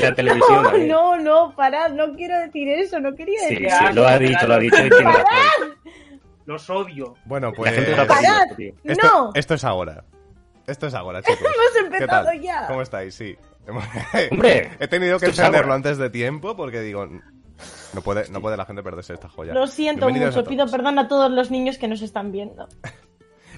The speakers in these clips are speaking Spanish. La televisión. No, ¿eh? Oh, no, no, parad, no quiero decir eso, no quería Sí, decir sí, lo ha dicho, lo ha dicho. y tiene razón. Los odio. Bueno, pues. La gente lo ha perdido, Parad. tío. eso. Esto, eh, ¡No! esto es ahora. Esto es ahora, chicos. Hemos ¿Qué empezado tal? ya. ¿Cómo estáis? Sí. Hombre, He tenido que esto es encenderlo ahora. antes de tiempo porque digo. No puede, no puede la gente perderse esta joya. Lo siento Bienvenidos mucho, a pido todos. perdón a todos los niños que nos están viendo.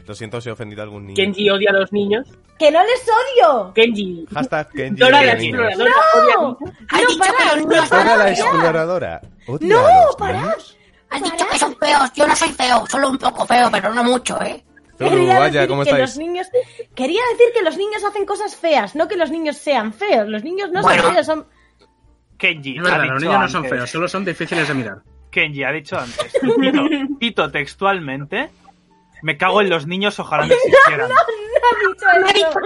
Lo siento si he ofendido a algún niño. Kenji odia a los niños. ¡Que no les odio! Kenji. Hashtag Kenji. Dora odia la niños. exploradora. odia a ¡No! los niños. Ha dicho que los niños- Dora la exploradora. Odia ¡No, a los parad! niños. Has dicho que son feos. Yo no soy feo, solo un poco feo, pero no mucho, ¿eh? Zulu, Quería vaya, decir ¿cómo que los estáis? niños... Quería decir que los niños hacen cosas feas, no que los niños sean feos. Los niños no Bueno. son feos, son... Kenji. Es ha verdad, dicho los niños no son antes- feos, solo son difíciles de mirar. Kenji ha dicho antes. Cito, cito textualmente. Me cago en los niños, ojalá me existieran. No ha dicho eso.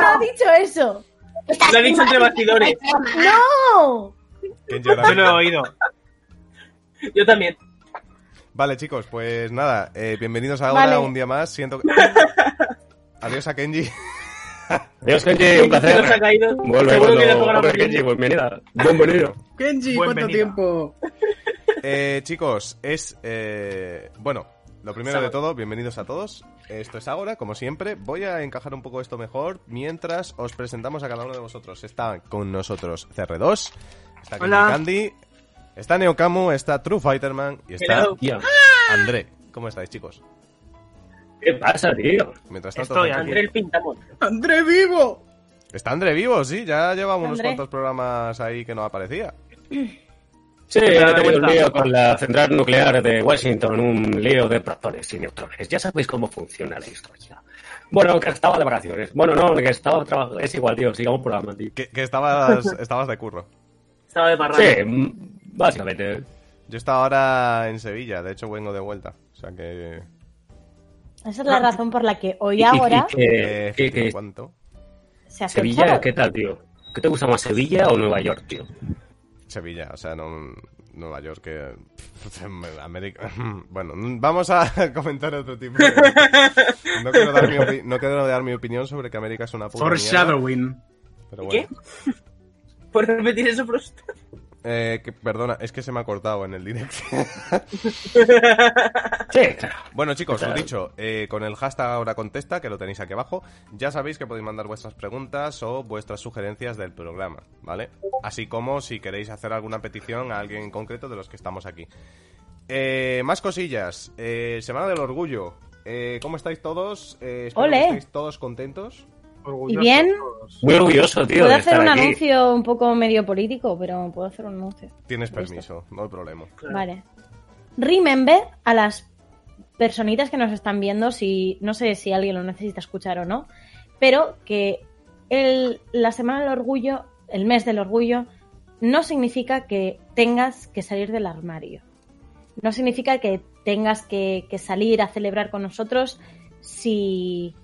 No ha dicho eso. Estás Lo ha dicho entre mal, bastidores. estás mal. ¡No! Kenji ahora Yo lo he mismo. oído. Yo también. Vale, chicos, pues nada. eh, bienvenidos ahora Vale. un día más. Siento que. Adiós a Kenji. Dios, Kenji, un Se nos ha placer. caído. Vuelve Seguro que le cuando... tocará Hombre, un Kenji, pues bienvenida. Bienvenido. Kenji, ¿cuánto Bienvenida. tiempo? Eh, chicos, es. eh, bueno, lo primero de todo, bienvenidos a todos. Esto es ahora, como siempre. Voy a encajar un poco esto mejor mientras os presentamos a cada uno de vosotros. Está con nosotros CR2, está Kenji Hola. Candy, está Neokamu, está True Fighterman y está Hello. Tía, André. ¿Cómo estáis, chicos? ¿Qué pasa, tío? Mientras tanto, Estoy, Frankie- André el Pintamón. ¡André vivo! está André vivo, sí, ya llevamos unos André. cuantos programas ahí que no aparecía. Sí, Dale ha tenido un vuelta. lío con la central nuclear de Washington, un lío de protones y neutrones. Ya sabéis cómo funciona la historia. Bueno, que estaba de vacaciones. Bueno, no, que estaba trabajando. Es igual, tío, sigamos programa, tío. Que, que estabas, estabas de curro. Estaba de parranda. Sí, mm, básicamente. Yo estaba ahora en Sevilla, de hecho vengo de vuelta. O sea que. Esa es la razón por la que hoy Y- y- ahora y que- eh, que- que- ¿Cuánto? se hace el Sevilla, sábado. ¿qué tal, tío? ¿Qué te gusta más, Sevilla o Nueva York, tío? Sevilla, o sea, no Nueva York, que América. Bueno, vamos a comentar otro tipo. de- No quiero dar mi, opi- no quiero dar mi opinión sobre que América es una puta mierda, Foreshadowing. pero bueno. Por repetir eso, Prost. Eh, que- perdona, es que se me ha cortado en el directo. Sí, Bueno, chicos, lo Claro. dicho, eh, con el hashtag ahora contesta, que lo tenéis aquí abajo, ya sabéis que podéis mandar vuestras preguntas o vuestras sugerencias del programa, ¿vale? Así como si queréis hacer alguna petición a alguien en concreto de los que estamos aquí. Eh, más cosillas. Eh, Semana del Orgullo. Eh, ¿Cómo estáis todos? Eh, espero Ole. que estéis todos contentos. Orgullosos bien? todos. muy orgulloso, tío. Puedo de hacer estar un aquí. anuncio un poco medio político, pero puedo hacer un anuncio. Tienes Listo. permiso, no hay problema. Vale. Remember a las personitas que nos están viendo, si no sé si alguien lo necesita escuchar o no, pero que el- la Semana del Orgullo, el mes del Orgullo, no significa que tengas que salir del armario. No significa que tengas que, que salir a celebrar con nosotros si,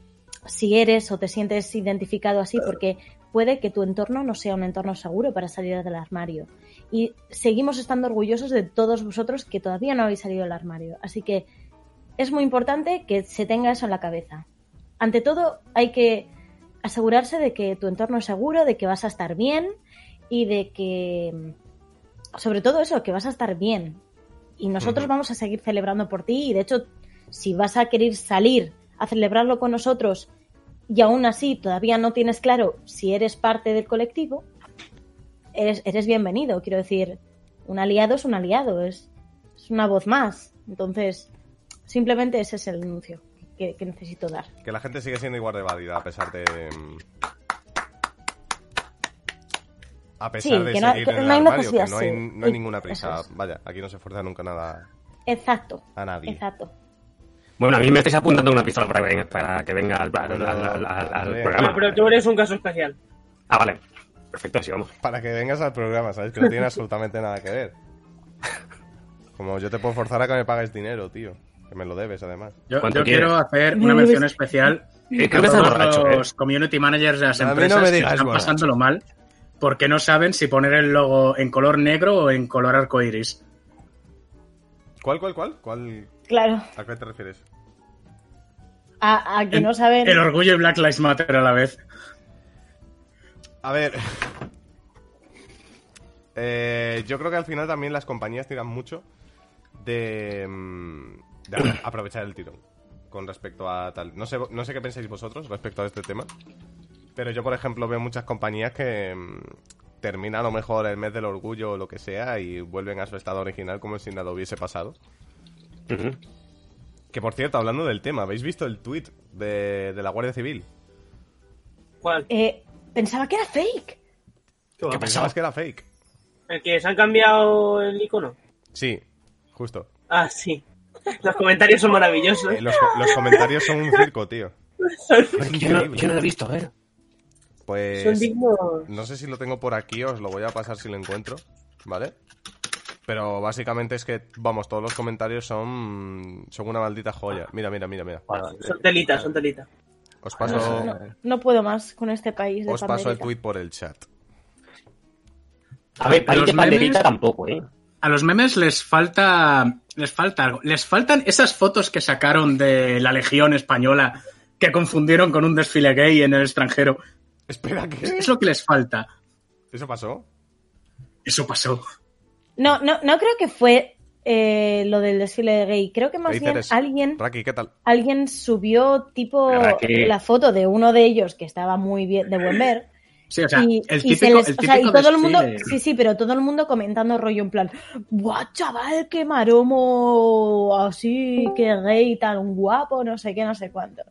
si eres o te sientes identificado así, porque puede que tu entorno no sea un entorno seguro para salir del armario y seguimos estando orgullosos de todos vosotros que todavía no habéis salido del armario. Así que es muy importante que se tenga eso en la cabeza. Ante todo, hay que asegurarse de que tu entorno es seguro, de que vas a estar bien y de que, sobre todo eso, que vas a estar bien. Y nosotros Ujú. vamos a seguir celebrando por ti y de hecho, si vas a querer salir a celebrarlo con nosotros y aún así todavía no tienes claro si eres parte del colectivo, eres, eres bienvenido. Quiero decir, un aliado es un aliado, es, es una voz más. Entonces, simplemente ese es el anuncio que, que necesito dar. Que la gente sigue siendo igual de válida a pesar de. mm, A pesar Sí, de que no- seguir que en el no hay armario, que necesidad, no hay, sí. no hay Y- ninguna eso prisa. es. Vaya, aquí no se fuerza nunca nada Exacto, a nadie. exacto. Bueno, a mí me estáis apuntando una pistola para que venga, para que venga al, al- al- al- al- al Bueno, programa. Pero tú eres un caso especial. Ah, vale. Perfecto, así vamos. Para que vengas al programa, ¿sabes? Que no tiene absolutamente nada que ver. Como yo te puedo forzar a que me pagues dinero, tío. Que me lo debes, además. Yo, ¿Cuánto yo quieres? quiero hacer una mención especial Eh, a creo que está borracho, todos ¿eh? los community managers de las A mí no empresas me que digas están borracho. pasándolo mal porque no saben si poner el logo en color negro o en color arcoiris. ¿Cuál, cuál, cuál? ¿Cuál? Claro, ¿A qué te refieres? a, a que no saben. El orgullo y Black Lives Matter a la vez. A ver. Eh, yo creo que al final también las compañías tiran mucho de, mm, de a- aprovechar el tirón con respecto a tal. No sé, no sé qué pensáis vosotros respecto a este tema, pero yo, por ejemplo, veo muchas compañías que mm, termina a lo mejor el mes del orgullo o lo que sea y vuelven a su estado original como si nada hubiese pasado. Ujú. Que por cierto, hablando del tema, ¿habéis visto el tweet de, de la Guardia Civil? ¿Cuál? Eh, pensaba que era fake. Que pensabas que era fake. ¿El que se han cambiado el icono? Sí, justo. Ah, sí. Los comentarios son maravillosos. Eh, los, co- los comentarios son un circo, tío. Porque Yo no, yo no lo he visto, a ver. Son Pues dignos. no sé si lo tengo por aquí, os lo voy a pasar si lo encuentro, ¿vale? Pero básicamente es que, vamos, todos los comentarios son, son una maldita joya. Mira, mira, mira, mira. Son telita, son telita. Os Ah, No, paso, no- no puedo más con este país. De Eh, os paso el pandereta. tweet por el chat. A ver, país Los de panderita memes- tampoco, ¿eh? A los memes les falta. Les falta algo. Les faltan esas fotos que sacaron de la Legión Española que confundieron con un desfile gay en el extranjero. Espera, ¿qué? Es lo que les falta. ¿Eso pasó? Eso pasó. No, no, no creo que fue eh, lo del desfile de gay. Creo que ¿Qué más dices? bien alguien, Raki, ¿qué tal? alguien subió tipo ¿Verdad que- la foto de uno de ellos que estaba muy bien de buen ver. Sí, o sea, y, el y se típico. les- el o sea, y típico todo el mundo, desfile. sí, sí, pero todo el mundo comentando rollo en plan, guau, chaval, qué maromo, así, qué gay, tan guapo, no sé qué, no sé cuántos.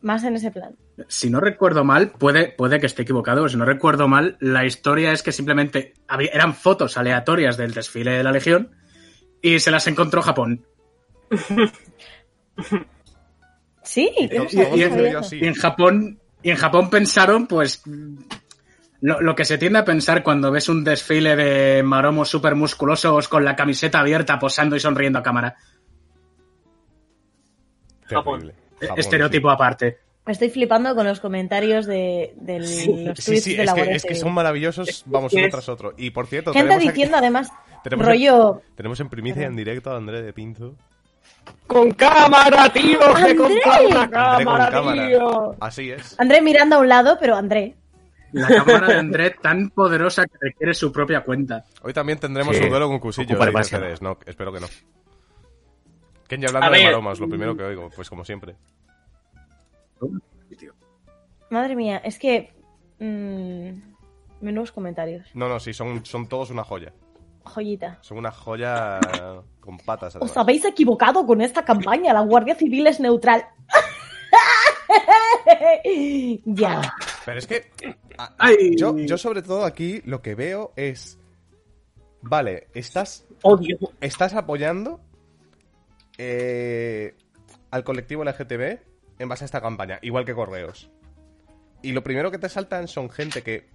Más en ese plan. Si no recuerdo mal, puede, puede que esté equivocado, si no recuerdo mal, la historia es que simplemente había- eran fotos aleatorias del desfile de la Legión y se las encontró Japón. Sí, Y- ¿cómo y- sabes? y- No sabía y- eso. Sí. Y en Japón, y en Japón pensaron, pues, lo, lo que se tiende a pensar cuando ves un desfile de maromos súper musculosos con la camiseta abierta, posando y sonriendo a cámara. Japón. Terrible. E- Japón, Estereotipo aparte. Estoy flipando con los comentarios de, de los Sí, tweets sí, de es la que, Guardia es que Civil. son maravillosos, vamos, que uno es- tras otro. Y por cierto, Gente tenemos aquí- diciendo además tenemos- rollo Tenemos en primicia y en directo a André de Pinto. ¡Con cámara, tío! ¡André! ¡Que comprado una Ah, André con cámara, cámara. tío! Así es. André mirando a un lado, pero André. La cámara de André tan poderosa que requiere su propia cuenta. Hoy también tendremos Sí. un duelo con Cusillo. Ocupar dice demasiado. Ceres. No, espero que no. Kenya hablando A de ver. maromas, lo primero que oigo, pues como siempre. Madre mía, es que. mm, menudos comentarios. No, no, sí, son, son todos una joya. Joyita. Son una joya con patas. Os además. habéis equivocado con esta campaña. La Guardia Civil es neutral. ya. Pero es que a- Ay. yo, yo sobre todo aquí lo que veo es... Vale, estás, Odio. estás apoyando eh, al colectivo LGTB en base a esta campaña, igual que Correos. Y lo primero que te saltan son gente que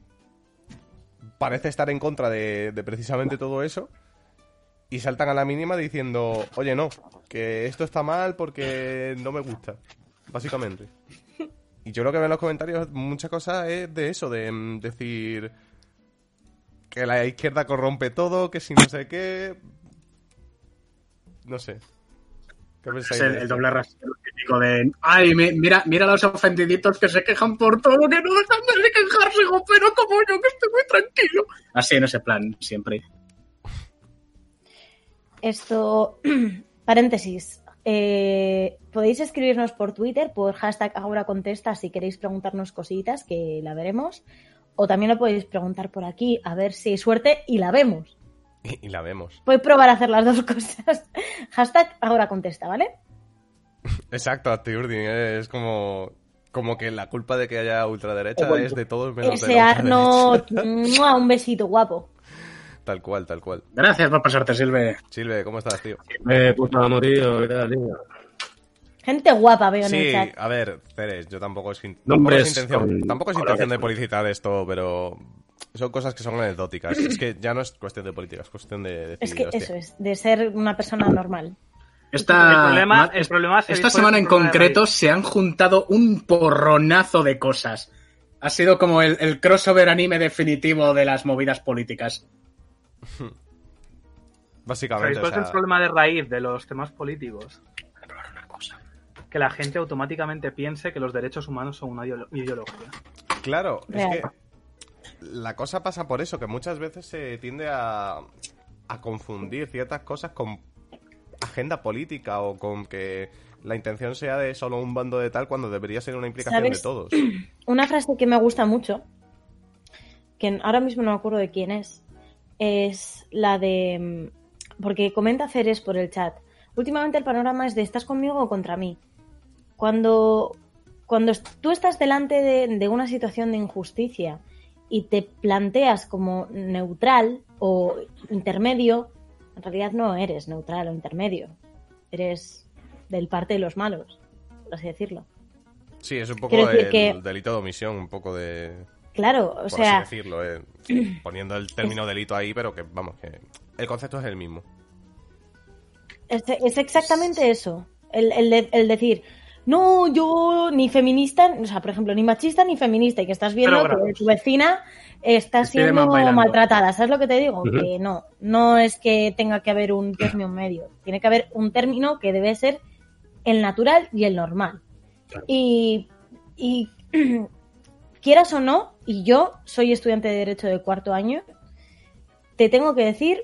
parece estar en contra de, de precisamente todo eso y saltan a la mínima diciendo, oye, no, que esto está mal porque no me gusta, básicamente. Y yo lo que veo en los comentarios, muchas cosas es de eso, de mm, decir que la izquierda corrompe todo, que si no sé qué... No sé. ¿Qué pensáis? Es el, de el esto? doble rasero típico de. Ay, mi- mira, mira a los ofendiditos que se quejan por todo, que no dejan de quejarse, digo, pero como yo que estoy muy tranquilo. Así en ese plan, siempre. Esto. Paréntesis. Eh, podéis escribirnos por Twitter, por hashtag ahora contesta si queréis preguntarnos cositas, que la veremos. O también lo podéis preguntar por aquí, a ver si hay suerte y la vemos. Y la vemos. Voy a probar a hacer las dos cosas. Hashtag ahora contesta, ¿vale? Exacto, Actiurdin, ¿eh? es como, como que la culpa de que haya ultraderecha es de todos menos de Ese la ultraderecha. Arno, ¡mua! un besito guapo. Tal cual, tal cual. Gracias por pasarte, Silve. Silve, ¿cómo estás, tío? Eh, puta, vamos, tío, ¿qué tal, tío? Gente guapa veo en el Sí, chat. a ver, Ceres, yo tampoco es, in- tampoco Nombres es intención, con tampoco es colores, intención de ¿no? publicitar esto, pero son cosas que son anecdóticas. es que ya no es cuestión de política, es cuestión de decidir, Es que hostia. eso es, de ser una persona normal. Esta, El problema- ma- el problema se esta dijo semana en en el programa de concreto Madrid. se han juntado un porronazo de cosas. Ha sido como el, el crossover anime definitivo de las movidas políticas. Básicamente, ¿Sabéis o cuál es el sea, problema de raíz de los temas políticos? Voy a probar una cosa. Que la gente automáticamente piense que los derechos humanos son una ideolo- ideología. claro, es Real. que la cosa pasa por eso, que muchas veces se tiende a, a confundir ciertas cosas con agenda política o con que la intención sea de solo un bando de tal cuando debería ser una implicación ¿Sabes? de todos. Una frase que me gusta mucho, que ahora mismo no me acuerdo de quién es, es la de... mm, Porque comenta Ceres por el chat. Últimamente el panorama es de ¿estás conmigo o contra mí? Cuando, cuando est- tú estás delante de, de una situación de injusticia y te planteas como neutral o intermedio, en realidad no eres neutral o intermedio. Eres del parte de los malos, por así decirlo. Sí, es un Quiero poco decir el que- delito de omisión, un poco de... Claro, o por sea... así decirlo, eh, poniendo el término delito ahí, pero que vamos, que el concepto es el mismo. Es, es exactamente eso. El, el de- el decir, no, yo ni feminista, o sea, por ejemplo, ni machista ni feminista, y que estás viendo Pero que tu vecina está Spiderman siendo bailando. maltratada. ¿Sabes lo que te digo? Ujú. Que no, no es que tenga que haber un término medio. Tiene que haber un término que debe ser el natural y el normal. Y, y quieras o no, y yo soy estudiante de Derecho de cuarto año, te tengo que decir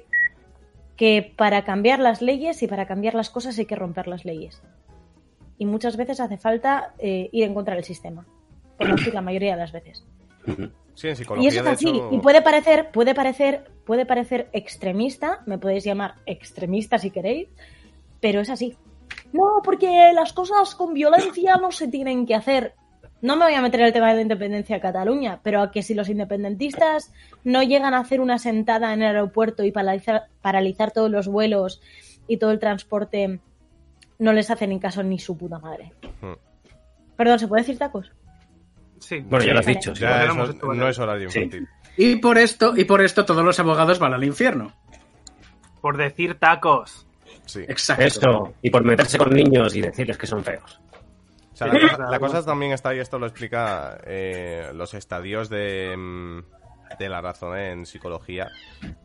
que para cambiar las leyes y para cambiar las cosas hay que romper las leyes. Y muchas veces hace falta eh, ir en contra del sistema. Por no decir la mayoría de las veces. Sí, en Y psicología, eso es de así. hecho, Y puede parecer, puede parecer, puede parecer extremista, me podéis llamar extremista si queréis, pero es así. No, porque las cosas con violencia no se tienen que hacer. No me voy a meter en el tema de la independencia de Cataluña, pero a que si los independentistas no llegan a hacer una sentada en el aeropuerto y paralizar, paralizar todos los vuelos y todo el transporte, no les hacen ni caso ni su puta madre. Hmm. Perdón, ¿se puede decir tacos? Sí. Bueno, ya lo has Sí. dicho. sí. ya es- Hablamos esto, no ¿vale? es horario Sí. infantil. Y por esto, y por esto todos los abogados van al infierno. Por decir tacos. Sí. Exacto. Eso, y por meterse con niños y decirles que son feos. O sea, la, cosa, la cosa también está, y esto lo explica eh, los estadios de, mm, de la razón en psicología,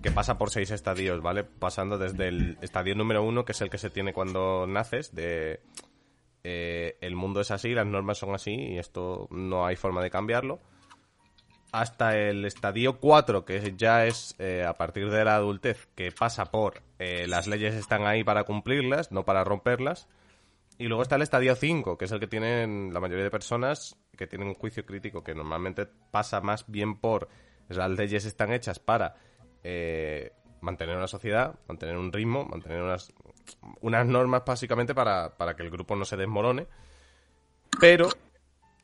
que pasa por seis estadios, ¿vale? Pasando desde el estadio número uno, que es el que se tiene cuando naces, de eh, el mundo es así, las normas son así, y esto no hay forma de cambiarlo, hasta el estadio 4, que ya es eh, a partir de la adultez, que pasa por eh, las leyes están ahí para cumplirlas, no para romperlas. Y luego está el estadio 5, que es el que tienen la mayoría de personas que tienen un juicio crítico, que normalmente pasa más bien por las leyes están hechas para eh, mantener una sociedad, mantener un ritmo, mantener unas, unas normas básicamente para, para que el grupo no se desmorone. Pero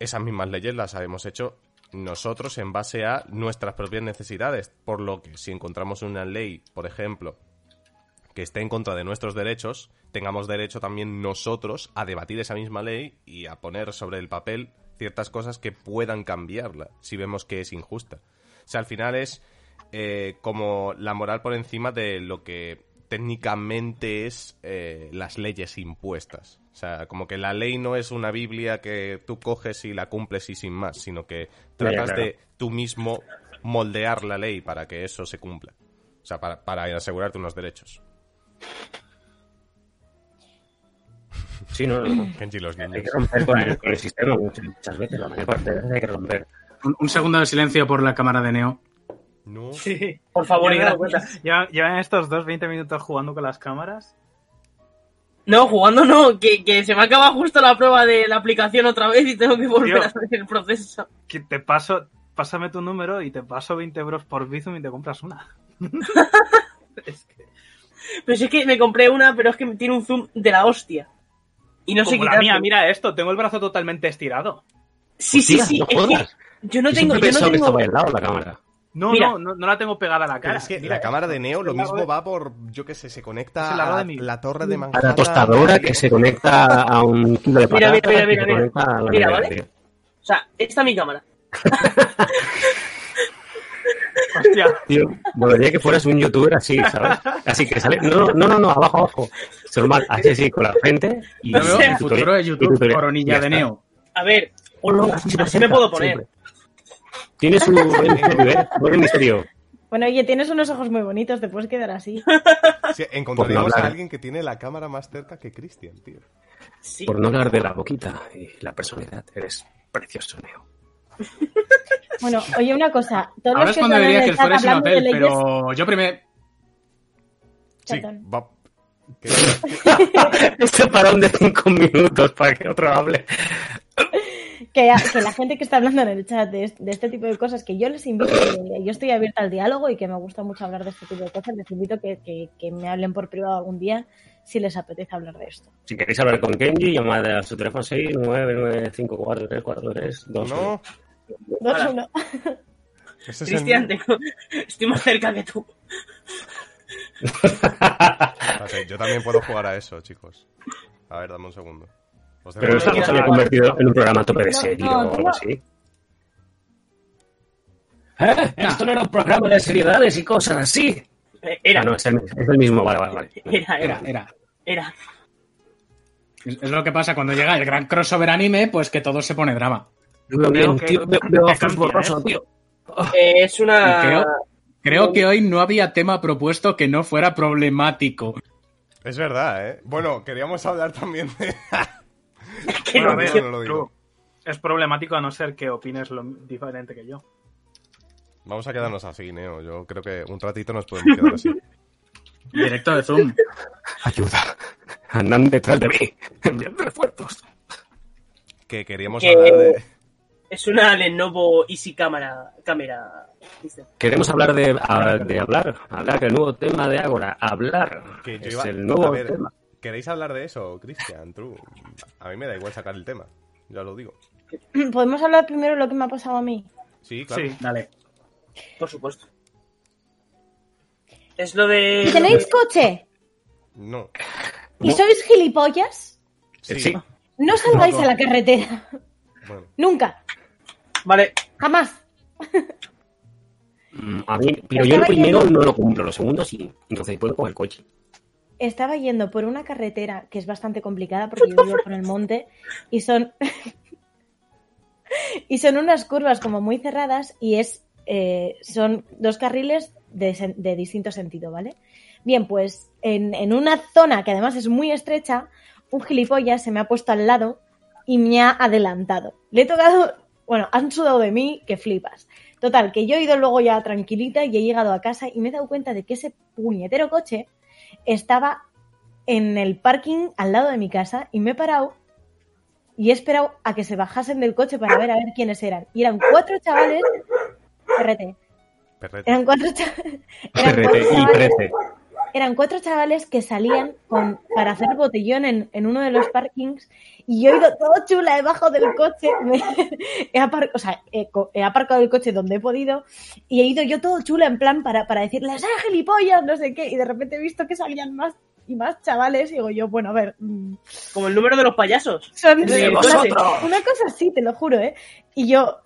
esas mismas leyes las hemos hecho nosotros en base a nuestras propias necesidades. Por lo que si encontramos una ley, por ejemplo, que esté en contra de nuestros derechos, tengamos derecho también nosotros a debatir esa misma ley y a poner sobre el papel ciertas cosas que puedan cambiarla si vemos que es injusta. O sea, al final es eh, como la moral por encima de lo que técnicamente es eh, las leyes impuestas. O sea, como que la ley no es una Biblia que tú coges y la cumples y sin más, sino que Ya, ya, tratas claro. de tú mismo moldear la ley para que eso se cumpla. O sea, para, para asegurarte unos derechos. Sí, no, no, no. Kenji, los Hay niños. que romper con el, con el sistema muchas, muchas veces, la mayor parte de veces hay que romper. Un, un segundo de silencio por la cámara de Neo. No. Sí. Por favor, y dado cuenta. Llevan, llevan estos dos 20 minutos jugando con las cámaras. No, jugando no, que, que se me acaba justo la prueba de la aplicación otra vez y tengo que volver Tío. a hacer el proceso. Que te paso, pásame tu número y te paso 20 euros por Bizum y te compras una. es que, Pero si es que me compré una, pero es que tiene un zoom de la hostia. Y no sé como la quitarlo. mía, mira esto, tengo el brazo totalmente estirado. Sí, sí, Hostia, sí. no es que jodas. yo no Yo tengo, siempre he yo no pensado que tengo, estaba al lado de la cámara. No, Mira. no, no, no la tengo pegada a la Pero cara. es que Mira, la cámara de Neo lo el lado mismo de- va por, yo qué sé, se Es conecta a el lado la, de mi- la torre de Manhattan. A la tostadora que se conecta a un kilo de Mira, patatas mira, mira, que se mira, mira. conecta a la Mira, nevera, ¿vale? tío. O sea, esta es mi cámara. Hostia, Tío, molaría que fueras un youtuber así, ¿sabes? Así que sale... No, no, no, no, abajo, abajo. Es normal, así, así, con la frente y... Yo veo y el tutorial- futuro de y YouTube, tutorial. coronilla Ya de está. Neo. A ver, Ponlo así, Así me puedo poner. siempre. Tiene su buen nivel, buen misterio. Bueno, oye, tienes unos ojos muy bonitos, te puedes quedar así. Sí, encontraríamos a hablar. alguien que tiene la cámara más cerca que Christian, tío. sí. Por no hablar de la boquita y la personalidad, eres precioso, Neo. Bueno, oye, una cosa. Todos Ahora es los que cuando están en diría el que el chat fuera es hablando de papel, leyes- pero yo primero. Sí, Chatón. va... que- Este parón de cinco minutos para que otro hable. que, que la gente que está hablando en el chat de, de este tipo de cosas, que yo les invito, que yo estoy abierta al diálogo y que me gusta mucho hablar de este tipo de cosas, les invito que, que- que me hablen por privado algún día si les apetece hablar de esto. Si queréis hablar con Kenji, llamad a su teléfono 699543432. No, Dos, Hola. uno. ese es el Cristian, mío. tengo- estoy más cerca que tú. Ah, sí, yo también puedo jugar a eso, chicos. A ver, dame un segundo. Os dejo- Pero esta cosa había convertido en un programa a tope de serie No, no, o algo no. así. ¿Eh? Esto no era un programa de seriedades y cosas así. Eh, Ah, Era, no, es el, es el mismo. Vale, vale, vale. era, Era, era, era. era. Es es lo que pasa cuando llega el gran crossover anime, pues que todo se pone drama. Yo veo Creo bien, que- tío. Veo, veo que a Frank cambia, Borroso, ¿eh? tío. Eh, es una. Creo- Creo que hoy no había tema propuesto que no fuera problemático. Es verdad, ¿eh? Bueno, queríamos hablar también de... que bueno, no a ver, no lo digo. tú, es problemático a no ser que opines lo diferente que yo. Vamos a quedarnos así, Neo. Yo creo que un ratito nos podemos quedar así. Directo de Zoom. Ayuda. Andan detrás de mí. Envían refuerzos. Que queríamos Que- hablar de... Es una Lenovo Easy Camera. cámara dice. Queremos hablar de, a- de hablar. Hablar el nuevo tema de Ágora. Hablar. Que yo es iba- el a nuevo ver, tema. ¿Queréis hablar de eso, Cristian? True. A mí me da igual sacar el tema. Ya lo digo. ¿Podemos hablar primero de lo que me ha pasado a mí? Sí, claro. Sí. Dale. Por supuesto. Es lo de. Si tenéis coche No. y sois gilipollas, Eh, Sí. no salgáis a la carretera. Bueno, Nunca. Vale, Jamás. Mm, A mí, pero yo lo Estaba primero yendo- no lo cumplo, lo segundo sí. Entonces puedo coger coche. Estaba yendo por una carretera que es bastante complicada porque yo vivo por el monte y son y son unas curvas como muy cerradas y es eh, son dos carriles de, sen- de distinto sentido, ¿vale? Bien, pues en, en una zona que además es muy estrecha, un gilipollas se me ha puesto al lado y me ha adelantado. Le he tocado, bueno, han sudado de mí que flipas. Total, que yo he ido luego ya tranquilita y he llegado a casa y me he dado cuenta de que ese puñetero coche estaba en el parking al lado de mi casa y me he parado y he esperado a que se bajasen del coche para ver a ver quiénes eran. Y eran cuatro chavales. Perrete. perrete. Eran cuatro, cha- eran cuatro PRT y chavales 13. eran cuatro chavales que salían con- para hacer botellón en, en uno de los parkings y yo he ido todo chula debajo del coche. Me- he, apar- o sea, he co- he aparcado el coche donde he podido y he ido yo todo chula en plan para, para decirles, ¡ah, gilipollas! No sé qué. Y de repente he visto que salían más y más chavales y digo yo, bueno, a ver, mm, como el número de los payasos. son Sí, son- vosotros. Una cosa así, te lo juro, ¿eh? Y yo...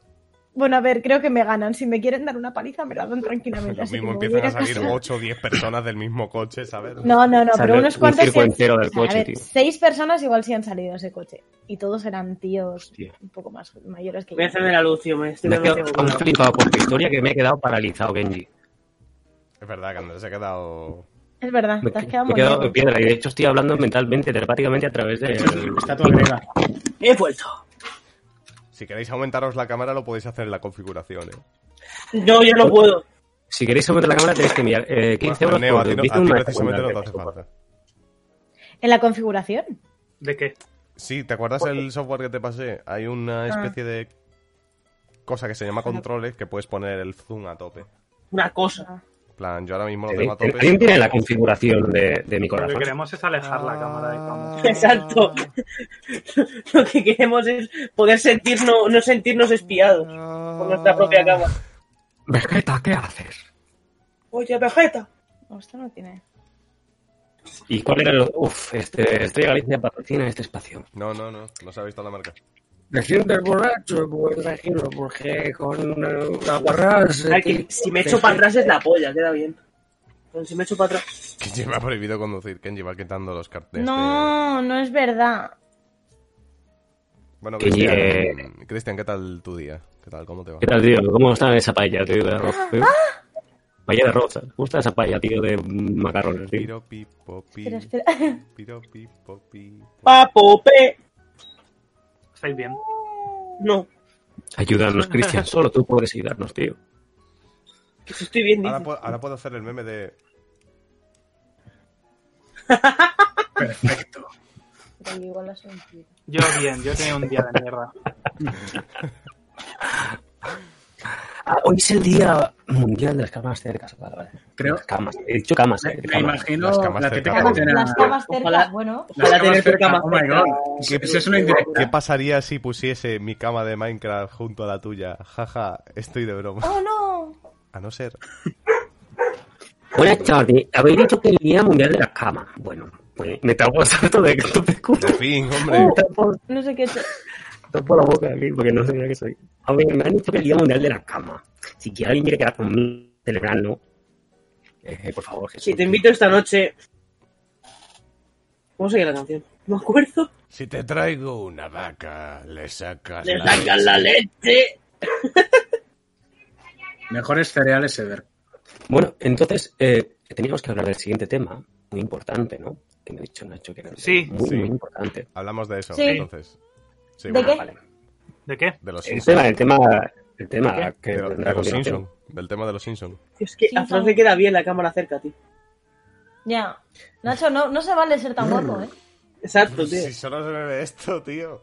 Bueno, a ver, creo que me ganan. Si me quieren dar una paliza, me la dan tranquilamente. Lo así que mismo me voy empiezan ir a a salir casa. 8 o 10 personas del mismo coche, ¿sabes? No, no, no, Sale pero unos un cuantos. circo sí han- entero del o sea, a coche, ver, tío. Seis personas igual sí han salido de ese coche. Y todos eran tíos Hostia. un poco más mayores que Voy a yo. encender la luz, tío. Me estoy Me he quedado demasiado tan ocupado. flipado por tu historia que me he quedado paralizado, Genji. Es verdad que Andrés se ha quedado... Es verdad, Me, te has me quedado he quedado muy en piedra y de hecho estoy hablando mentalmente, telepáticamente a través de... Estatua griega. He vuelto. Si queréis aumentaros la cámara lo podéis hacer en la configuración, ¿eh? No, yo no puedo. Si queréis someter la cámara tenéis que mirar eh, 15 Bueno, euros Neo, a por ti no, a ti Viste una precisamente no te cuenta hace de- falta. En la configuración. ¿De qué? Sí, ¿te acuerdas el software que te pasé? Hay Ah. una especie de cosa que se llama controles que puedes poner el zoom a tope. Una cosa. En plan, yo ahora mismo lo tengo a tope. ¿Alguien ¿Eh? tiene la configuración de, de mi Lo que corazón? queremos es alejar la cámara de Camus. Exacto. Lo que queremos es poder sentirnos, no sentirnos espiados por nuestra propia cama. Vegeta, ¿qué haces? Oye, Vegeta. Oh, esto no tiene. ¿Y cuál era el...? Uf, este, Estrella Galicia patrocina este espacio. No, no, no. No se ha visto la marca. Me sientes borracho, pues imagino, porque con una guarrada... Ay, que si me echo para atrás es la polla, queda bien. Pero si me echo para atrás. Kenji me ha prohibido conducir. Kenji va quitando los carteles. de- No, no es verdad. Bueno, Que Cristian, llegue. Cristian, ¿qué tal tu día? ¿Qué tal? ¿Cómo te va? ¿Qué tal, tío? ¿Cómo está esa paella, tío, de arroz? tío? Paella de arroz. ¿eh? ¿Cómo está esa paella, tío, de macarrones, tío? Piro, pi, po, pi, Espera, espera. piro, pi, po, pi, po. Papo, pe. ¿Estáis bien? No, Ayúdanos, Cristian. Solo tú puedes ayudarnos, tío. que si estoy bien, Ahora, dice. pu- ahora puedo hacer el meme de... Perfecto. Pero igual la soy. Yo bien, yo he tenido un día de mierda. Ah, hoy es el Día Mundial de las Camas Cercas. Vale, vale. Creo. Las camas. He dicho camas. Me, eh, me camas. imagino Las camas la cerca, típica vamos. que tiene la- Las camas Ojalá. cerca, bueno. las Ojalá camas tener cerca. cama Oh my cerca. god. Sí, pues es una ¿Qué indirecta. pasaría si pusiese mi cama de Minecraft junto a la tuya? Jaja, estoy de broma. Oh, no. A no ser... Buenas tardes. Habéis dicho que el Día Mundial de las Camas. Bueno, pues me trago el salto de que te escucho. De fin, hombre. No sé qué he hecho. Tapo la boca aquí porque no sé qué soy. A ver, me han dicho que el Día Mundial de las Camas. Si que alguien quiere quedar conmigo, celebrarlo. Eh, por favor, Jesús. Si te invito esta noche. ¿Cómo sigue la canción? No me acuerdo. Si te traigo una vaca, le sacas Le la... sacan la ¿eh? leche. Mejores cereales ever. Bueno, entonces eh, teníamos que hablar del siguiente tema, muy importante, ¿no? Que me ha dicho Nacho que era un Sí, tema muy, sí. muy importante. Hablamos de eso, Sí. entonces. Sí, ¿De bueno, qué? Vale. ¿De qué? De los El Simpsons. tema, el tema, el tema que De, de vendrá a los continuación. Simpson. Del tema de los Simpsons. Tío, es que Sí, a Fran sí. le queda bien la cámara cerca, tío. Ya. Nacho, no, no se vale Mm. ser tan guapo, ¿eh? Exacto, tío. Si solo se me ve esto, tío.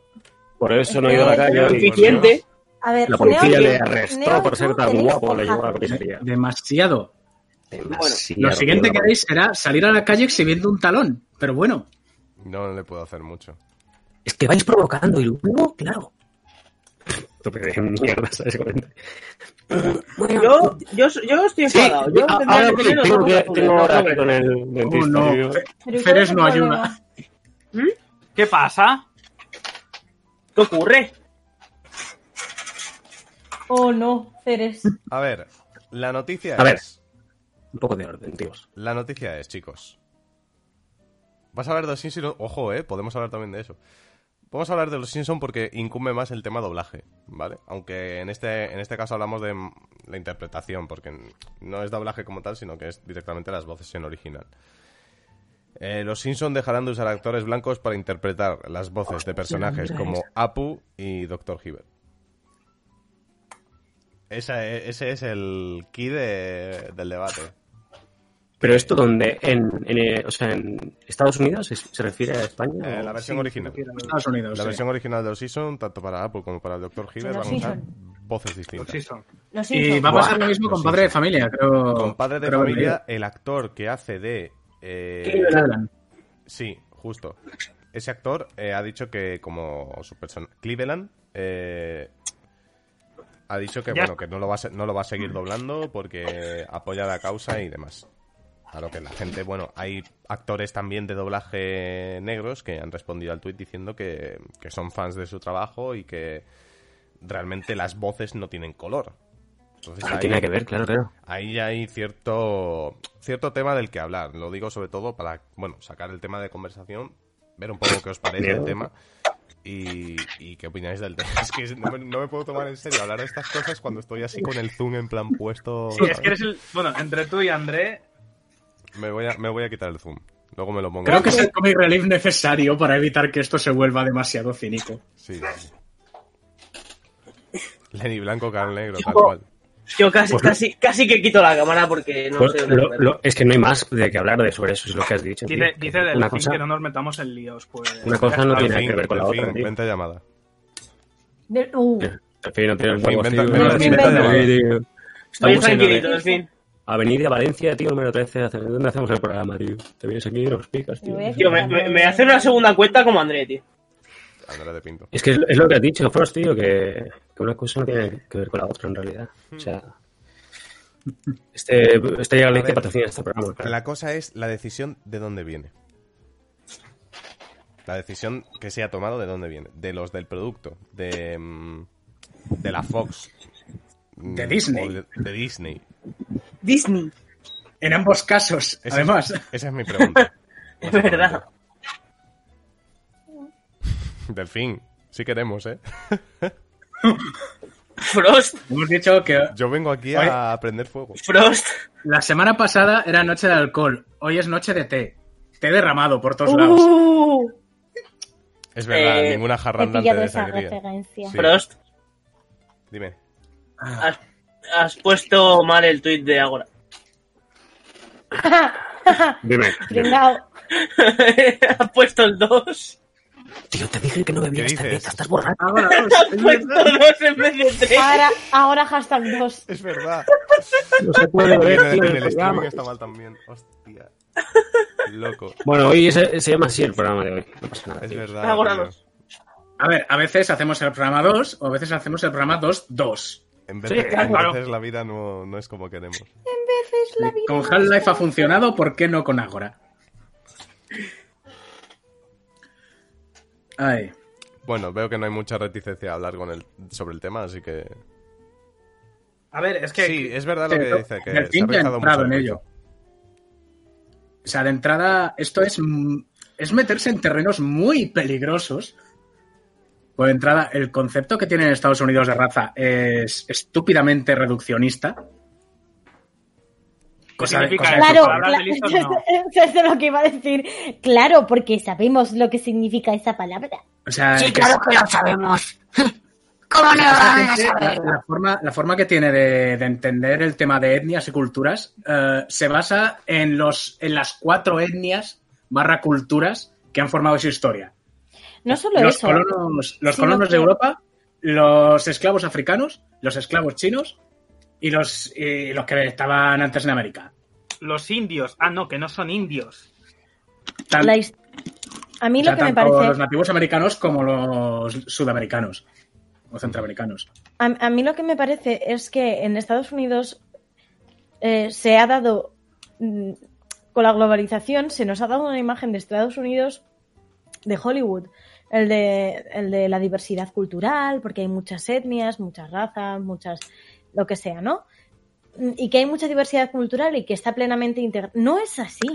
Por eso no he ido a la Este, calle. y- Suficiente. A ver, La policía Neon- le arrestó Neon, por ser tú tan tenéis guapo, le forjado. llevó a la comisaría. Demasiado. Demasiado. Lo siguiente que haréis será salir a la calle exhibiendo un talón. Pero bueno, No, no le puedo hacer mucho. Es que vais provocando y luego, claro. Tú de mierda, ¿sabes? Bueno, Yo, yo, yo estoy sí, enfadado. yo a- tendría ahora que tener los tengo, ojos que, azules, tengo los ahora ojos con el oh, dentista. no. tío. Pero ¿y cuál Ceres es el no problema? ayuda. ¿Qué pasa? ¿Qué ocurre? Oh, no, Ceres. A ver, la noticia A ver. es... Un poco de orden, tíos. La noticia es, chicos. Vas a hablar de los Simpsons. Ojo, eh, podemos hablar también de eso. Vamos a hablar de los Simpsons porque incumbe más el tema doblaje, ¿vale? Aunque en este, en este caso hablamos de mm, la interpretación, porque no es doblaje como tal, sino que es directamente las voces en original. Eh, los Simpsons dejarán de usar actores blancos para interpretar las voces de personajes como Apu y Dr. Hibbert. Esa e- ese es el key de- del debate. Pero esto donde en, en, eh, o sea, en Estados Unidos se, se refiere a España. Eh, o- la versión original. Estados Unidos. La sí. versión original de los Season, tanto para Apple como para el Dr. Hibbert, Los van a usar Simpson. voces distintas. Sí, son. Los Y Simpsons. va a pasar lo mismo Los con Padre de Simpson. Familia, creo. Con Padre de creo que- Familia, el actor que hace de. eh, Kevin Adlan. sí, justo. Ese actor eh, ha dicho que, como su persona. Cleveland. eh, ha dicho que Ya. bueno que no lo va a, se- no lo va a seguir doblando porque apoya la causa y demás. A lo que la gente, bueno, hay actores también de doblaje negros que han respondido al tuit diciendo que, que son fans de su trabajo y que realmente las voces no tienen color. Entonces, Ah, ahí- tiene que ver, claro, claro. ahí ya hay cierto cierto tema del que hablar. Lo digo sobre todo para, bueno, sacar el tema de conversación, ver un poco qué os parece el Miedo. tema y, y qué opináis del tema. Es que no me, no me puedo tomar en serio hablar de estas cosas cuando estoy así con el zoom en plan puesto. Sí, es que eres el. Bueno, entre tú y André. me, voy a, me voy a quitar el zoom. Luego me lo pongo. Creo que es el comic relief necesario para evitar que esto se vuelva demasiado cínico. Sí. sí. Lenny Blanco, Carl Negro, tal Yo- cual. Yo casi, Pues- casi, casi que quito la cámara porque no Bueno, sé dónde Pues lo- ponerla. lo- es que no hay más de que hablar de sobre eso, es lo que has dicho. tío. Dice, dice una del fin cosa, que no nos metamos en líos, pues. una cosa no tiene que ver con la Delfín, otra. tío. vente llamada. De- uh, Al fin no tiene Delfín, huevos, vente- tío. vente- Delfín, Vente, vente. vente, tío. Oye, Estamos en tranquilito, Ave- en fin. Avenida Valencia, tío, número 13. hace- ¿Dónde hacemos el programa, tío? Te vienes aquí y nos picas, tío. Lo voy a Tío, me, me, me voy a hacer una segunda cuenta como André, tío. Andrea de Pinto. Es que es, es lo que has dicho, Frost, tío, que, que una cosa no tiene que ver con la otra en realidad. O sea, Este, este llega la ley A que ver. patrocina este programa. claro. La cosa es la decisión de dónde viene. La decisión que se ha tomado de dónde viene. De los del producto. De, mm, de la Fox. Mm, De Disney. o De, de Disney. Disney. En ambos casos, Esa es- además. esa es mi pregunta. Es verdad. Delfín, sí queremos, ¿eh? Frost. Hemos dicho que Yo vengo aquí Oye. a prender fuego. Frost. la semana pasada era noche de alcohol, hoy es noche de té. Té derramado por todos lados. Uh, Es verdad, Eh, ninguna He jarrandante pillado de esa sangría. referencia. Sí. Frost. Dime. Has, has puesto mal el tuit de Agora. Dime, dime. Pringao. has puesto el 2. Tío, te dije que no bebías ¿Qué dices? cerveza, estás borracho. Ahora, Has puesto 2 en vez de 3. Ahora, ahora hashtag 2. Es verdad. No se puede En beber, el, tío, en el el streaming programa. está mal también. Hostia. Loco. Bueno, hoy se, se llama así el programa de hoy. No pasa nada. Es tío. verdad. Ahora tío. dos. A ver, a veces hacemos el programa 2 o a veces hacemos el programa 2-2. En vez Sí, de, en claro. veces la vida no, no es como queremos. Con Half-Life ha funcionado, ¿por qué no con Agora? Ay. Bueno, veo que no hay mucha reticencia a hablar con el, sobre el tema, así que. A ver, es que. Sí, es verdad lo que Pero dice, que el se ha fin ya ha rizado mucho entrado el en rizo. ello. O sea, de entrada, esto es, mm, es meterse en terrenos muy peligrosos. Por entrada, el concepto que tienen en Estados Unidos de raza es estúpidamente reduccionista. Cosa de- cosa de significa eso? su Claro, palabra. palabras de listos, claro. Eso es lo que iba a decir. Claro, porque sabemos lo que significa esa palabra. O sea, Sí, que claro Ah, que lo sabemos. ¿Cómo no lo Esa van a gente, la, saber? la forma, la forma que tiene de, de entender el tema de etnias y culturas eh, se basa en, los, en las cuatro etnias barra culturas que han formado su historia. No solo los eso. colonos, los sino colonos de que- Europa, los esclavos africanos, los esclavos chinos y los, y los que estaban antes en América. Los indios. Ah, no, que no son indios. Tan- la his- A mí o sea, lo que me tanto parece. los nativos americanos como los sudamericanos o centroamericanos. A, a mí lo que me parece es que en Estados Unidos eh, se ha dado, mm, con la globalización, se nos ha dado una imagen de Estados Unidos de Hollywood, el de, el de la diversidad cultural, porque hay muchas etnias, muchas razas, muchas, lo que sea, ¿no? Mm, Y que hay mucha diversidad cultural y que está plenamente integrada. No es así,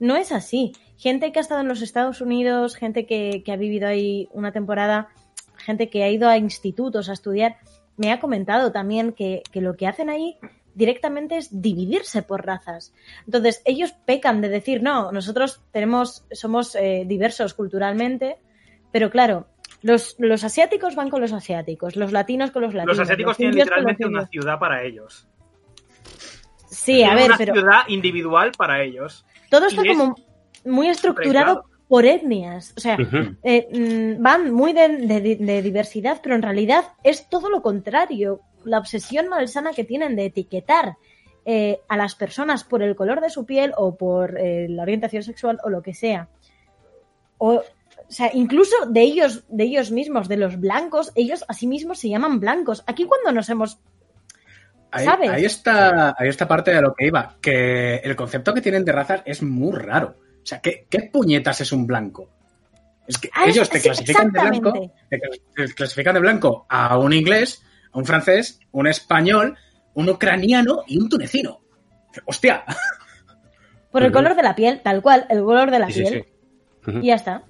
no es así. Gente que ha estado en los Estados Unidos, gente que- que ha vivido ahí una temporada, gente que ha ido a institutos a estudiar, me ha comentado también que, que lo que hacen ahí directamente es dividirse por razas. Entonces, ellos pecan de decir, no, nosotros tenemos, somos eh, diversos culturalmente, pero claro, los, los asiáticos van con los asiáticos, los latinos con los latinos. Los asiáticos los tienen indios con los literalmente una indios. ciudad para ellos. Sí, a Tienen ver, una pero ciudad individual para ellos. todo está y es como muy estructurado por etnias. O sea, Ujú. eh, mm, van muy de, de- de diversidad, pero en realidad es todo lo contrario. La obsesión malsana que tienen de etiquetar eh, a las personas por el color de su piel o por eh, la orientación sexual o lo que sea. O, o sea, incluso de ellos, de ellos mismos, de los blancos, ellos a sí mismos se llaman blancos. Aquí cuando nos hemos... Ahí, ¿Sabes? ahí está, ahí está parte de lo que iba, que el concepto que tienen de razas es muy raro. O sea, ¿qué, qué puñetas es un blanco? Es que Ah, es- ellos te sí, clasifican de blanco, exactamente. te clas- te clasifican de blanco a un inglés, a un francés, un español, un ucraniano y un tunecino. Hostia, Por el Ujú. color de la piel, tal cual, el color de la Sí, sí, piel. sí. Ujú. Y ya está.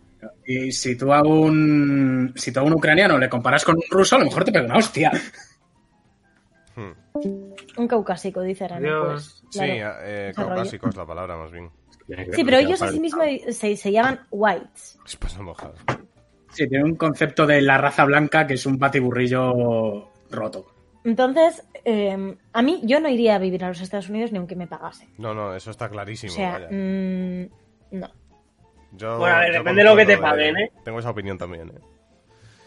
y si tú a un si tú a un ucraniano le comparas con un ruso, a lo mejor te pega una hostia. Hmm. Un caucásico, dice Rani. Dios. pues, Sí, claro. eh, Desarrollo. caucásico es la palabra más bien. Sí, pero ellos a sí mismos se, se llaman whites. Es paso mojado. Sí, tiene un concepto de la raza blanca que es un batiburrillo roto. Entonces, eh, a mí yo no iría a vivir a los Estados Unidos ni aunque me pagase. No, no, eso está clarísimo. o sea, vaya. mm, no. Yo- Bueno, a ver, yo depende de lo que te concuerdo paguen, ¿eh? Tengo esa opinión también, ¿eh?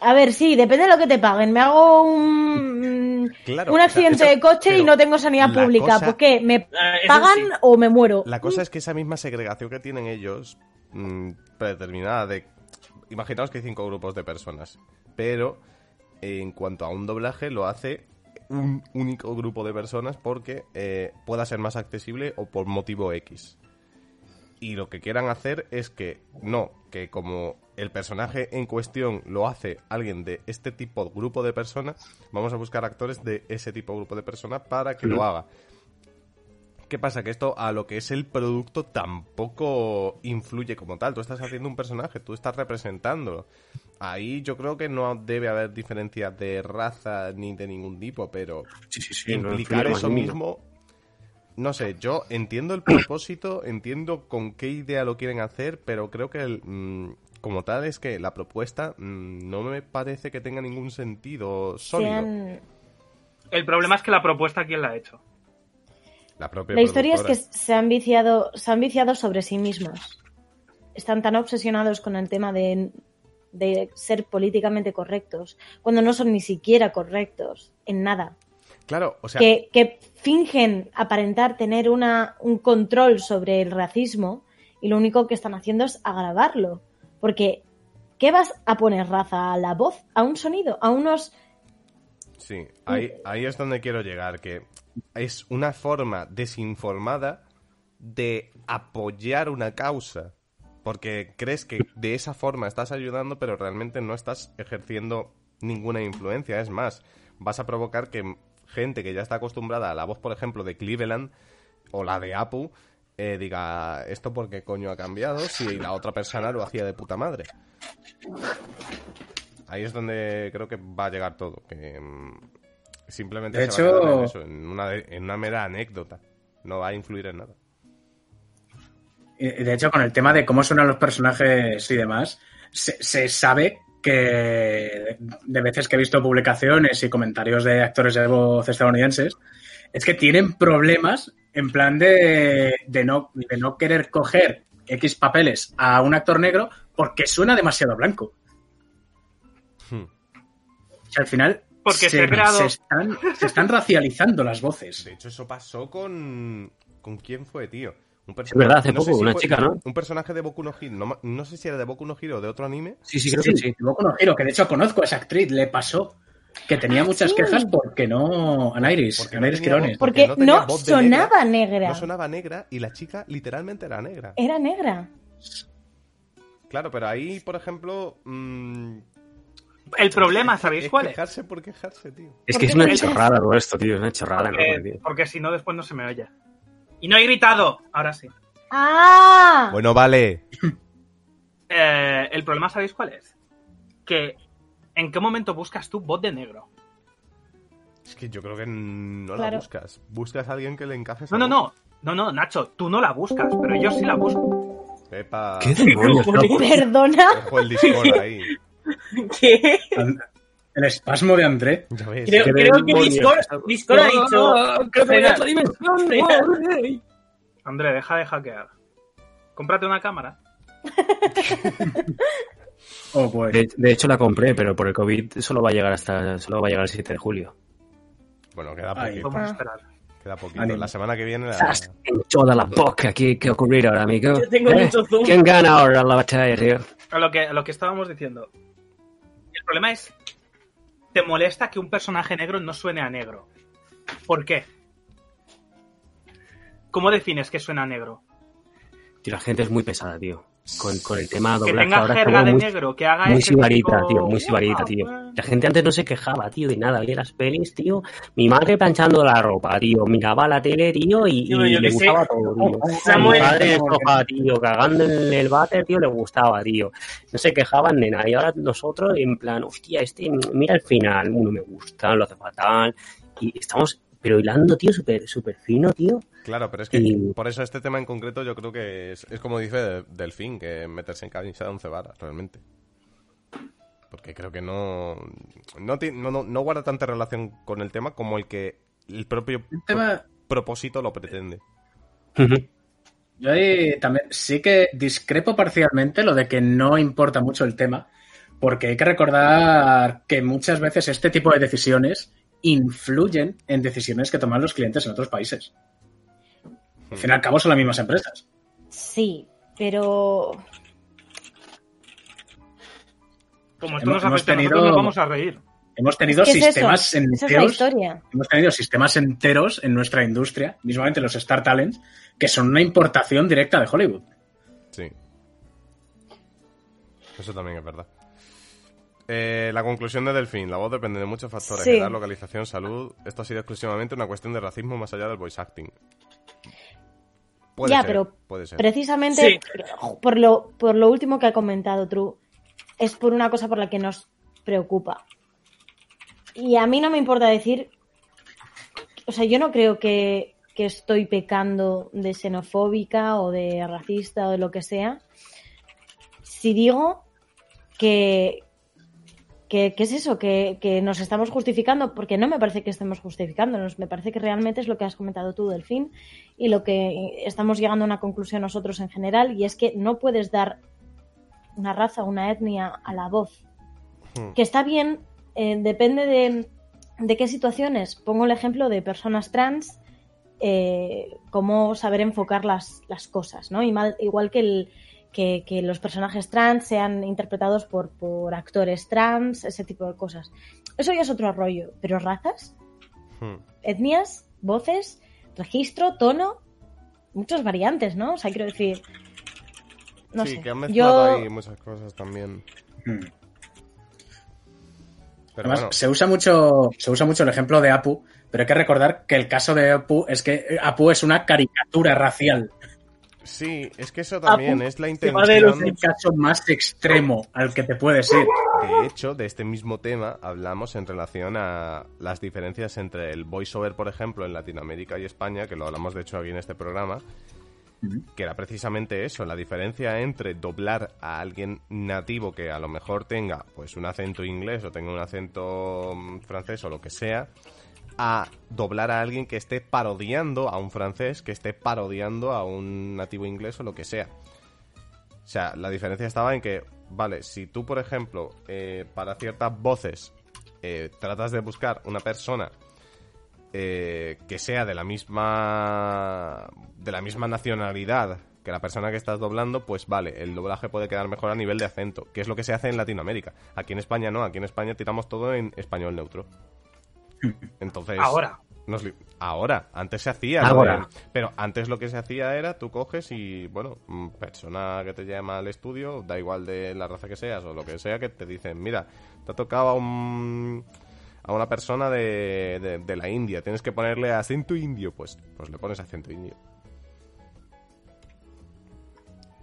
A ver, sí, depende de lo que te paguen. Me hago un, mm, Claro, un accidente o sea, de coche y pero no tengo sanidad la pública. cosa- ¿Por qué? ¿Me Ah, eso pagan sí. o me muero? La cosa es que esa misma segregación que tienen ellos, mm, predeterminada de... Imaginaos que hay cinco grupos de personas, pero eh, en cuanto a un doblaje lo hace un único grupo de personas porque eh, pueda ser más accesible o por motivo X. Y lo que quieran hacer es que no, que como el personaje en cuestión lo hace alguien de este tipo grupo de personas, vamos a buscar actores de ese tipo grupo de personas para que lo haga. ¿Qué pasa? Que esto a lo que es el producto tampoco influye como tal. Tú estás haciendo un personaje, tú estás representándolo. Ahí yo creo que no debe haber diferencias de raza ni de ningún tipo, pero Sí, sí, sí. no implicar influye eso en mí. mismo. No sé, yo entiendo el propósito, entiendo con qué idea lo quieren hacer, pero creo que el, mm, como tal es que la propuesta mm, no me parece que tenga ningún sentido sólido. Sean- El problema es que la propuesta, ¿quién la ha hecho? La propia La historia es que productora. se han viciado, se han viciado sobre sí mismos. Están tan obsesionados con el tema de, de ser políticamente correctos, cuando no son ni siquiera correctos en nada. Claro, o sea, que, que fingen aparentar tener una, un control sobre el racismo y lo único que están haciendo es agravarlo. Porque, ¿qué vas a poner raza? ¿A la voz? ¿A un sonido? ¿A unos...? Sí, ahí, ahí es donde quiero llegar, que es una forma desinformada de apoyar una causa. Porque crees que de esa forma estás ayudando, pero realmente no estás ejerciendo ninguna influencia. Es más, vas a provocar que gente que ya está acostumbrada a la voz, por ejemplo, de Cleveland o la de Apu, eh, diga, ¿esto por qué coño ha cambiado? Si la otra persona lo hacía de puta madre. Ahí es donde creo que va a llegar todo. Que mm, simplemente De se va a quedar hecho- en, eso, en una, de- en una mera anécdota. No va a influir en nada. Eh, De hecho, con el tema de cómo suenan los personajes y demás, se, se sabe que de veces que he visto publicaciones y comentarios de actores de voz estadounidenses, es que tienen problemas en plan de, de no, de no querer coger X papeles a un actor negro porque suena demasiado blanco. Hmm. O sea, al final Porque se ha creado- están, se están racializando las voces. De hecho, eso pasó con. ¿Con quién fue, tío? Un Es verdad, hace poco, una fue- chica, ¿no? Un personaje de Boku no Hero. No, ma- no sé si era de Boku no Hero o de otro anime. Sí, sí, creo Sí, que sí. Boku no Hero, que de hecho conozco a esa actriz, le pasó que tenía Ah, muchas sí. quejas porque no. Anairis, Porque no Anairis tenía Quirones. voz. Porque, Porque no tenía no, voz de sonaba negra. No sonaba negra y la chica literalmente era negra. Era negra. Claro, pero ahí, por ejemplo. mm, El problema, ¿sabéis es cuál es? quejarse por quejarse, tío. Es ¿Por que qué es una no dices? chorrada todo esto, tío. Es una chorrada Eh, enorme, tío. porque si no, después no se me oye. Y no he gritado. Ahora sí. ¡Ah! Bueno, vale. Eh, el problema, ¿sabéis cuál es? Que ¿en qué momento buscas tú bot de negro? Es que yo creo que no la Claro. buscas. Buscas a alguien que le encaje. esa No, no, voz. no. No, no, Nacho, tú no la buscas, pero yo sí la busco. Epa, ¿Qué demonios? loco? Perdona. Ojo el Discord ahí. ¿Qué? And- El espasmo de André. Ya ves. Creo, que creo que demonios. Discord, Discord ha dicho. creo que voy a otra Frenad, dimensión. frenad. André, deja de hackear. Cómprate una cámara. Oh, pues. De, de hecho la compré, pero por el COVID solo va a llegar hasta solo va a llegar el 7 de julio. Bueno, queda Ay, poquito. Vamos a Ah. esperar. Queda poquito. Ánimo. La semana que viene. la- ¡Zas! En toda la boca, ¿qué, qué ha ocurrido ahora, amigo? Yo tengo mucho zoom. ¿Quién gana ahora la batalla, tío? A lo que, a lo que estábamos diciendo. El problema es. Te molesta que un personaje negro no suene a negro. ¿Por qué? ¿Cómo defines que suena a negro? Tío, la gente es muy pesada, tío. Con, con el tema Que doblaje tenga ahora es jerga como de muy, negro, que eh, haga muy ese sibarita, tipo- Ah, tío, muy sibarita, tío. La gente antes no se quejaba, tío, de nada, veía las pelis, tío. Mi madre planchando la ropa, tío. Miraba la tele, tío, y, Tío, y yo le qué sé. gustaba todo, tío. Mi Samuel- padre en soja, tío, cagando en el váter, tío, le gustaba, tío. No se quejaban de nada. Y ahora nosotros, en plan, hostia, este, mira el final, no me gusta, lo hace fatal. Y estamos, pero hilando, tío, súper súper fino, tío. Claro, pero es que Y- por eso este tema en concreto yo creo que es, es como dice Delfín, que meterse en camisa de once varas, realmente. Porque creo que no no, ti- no, no- no guarda tanta relación con el tema como el que el propio El tema. propósito lo pretende. Yo ahí también sí que discrepo parcialmente lo de que no importa mucho el tema, porque hay que recordar que muchas veces este tipo de decisiones influyen en decisiones que toman los clientes en otros países. Hmm. Al fin y al cabo son las mismas empresas. Sí, pero... Como esto Hemos- hemos nos afecta a nosotros, tenido- nos vamos a reír. Hemos tenido ¿Qué es eso? sistemas Esa es la enteros. historia. Hemos tenido sistemas enteros en nuestra industria, mismamente los Star Talents, que son una importación directa de Hollywood. Sí. Eso también es verdad. Eh, la conclusión de Delfín. La voz depende de muchos factores. Sí. Edad, localización, salud. Esto ha sido exclusivamente una cuestión de racismo más allá del voice acting. Puede Ya, ser, pero puede ser. Precisamente por, lo, por lo último que ha comentado True, es por una cosa por la que nos preocupa. Y a mí no me importa decir, o sea, yo no creo que, que estoy pecando de xenofóbica o de racista o de lo que sea, si digo que, que, que es eso, que, que nos estamos justificando, porque no me parece que estemos justificándonos, me parece que realmente es lo que has comentado tú, Delfín, y lo que estamos llegando a una conclusión nosotros en general, y es que no puedes dar una raza, una etnia a la voz. Hmm. Que está bien, eh, depende de, de qué situaciones. Pongo el ejemplo de personas trans, eh, cómo saber enfocar las, las cosas, ¿no? Y mal- igual que, el, que, que los personajes trans sean interpretados por, por actores trans, ese tipo de cosas. Eso ya es otro rollo, pero razas, Hmm. etnias, voces, registro, tono, muchos variantes, ¿no? O sea, quiero decir. No sí, sé. que han Yo. mezclado ahí muchas cosas también. Mm. Pero Además, bueno, se, usa mucho, se usa mucho el ejemplo de Apu, pero hay que recordar que el caso de Apu es que eh, Apu es una caricatura racial. sí, es que Ah, eso también es la intención. de los Es el caso más extremo al que te puedes ir. De hecho, de este mismo tema hablamos en relación a las diferencias entre el voiceover, por ejemplo, en Latinoamérica y España, que lo hablamos de hecho aquí en este programa, que era precisamente eso, la diferencia entre doblar a alguien nativo que a lo mejor tenga pues un acento inglés o tenga un acento mm, francés o lo que sea, a doblar a alguien que esté parodiando a un francés, que esté parodiando a un nativo inglés o lo que sea. O sea, la diferencia estaba en que, vale, si tú, por ejemplo, eh, para ciertas voces eh, tratas de buscar una persona eh, que sea de la misma de la misma nacionalidad que la persona que estás doblando, pues vale, el doblaje puede quedar mejor a nivel de acento, que es lo que se hace en Latinoamérica. Aquí en España no, aquí en España tiramos todo en español neutro. Entonces, Ahora. nos li- ahora, antes se hacía. Ahora. ¿no? Pero antes lo que se hacía era, tú coges y, bueno, mm, persona que te llama al estudio, da igual de la raza que seas o lo que sea, que te dicen, mira, te ha tocado a un... A una persona de, de- de la India, tienes que ponerle acento indio, pues, pues le pones acento indio.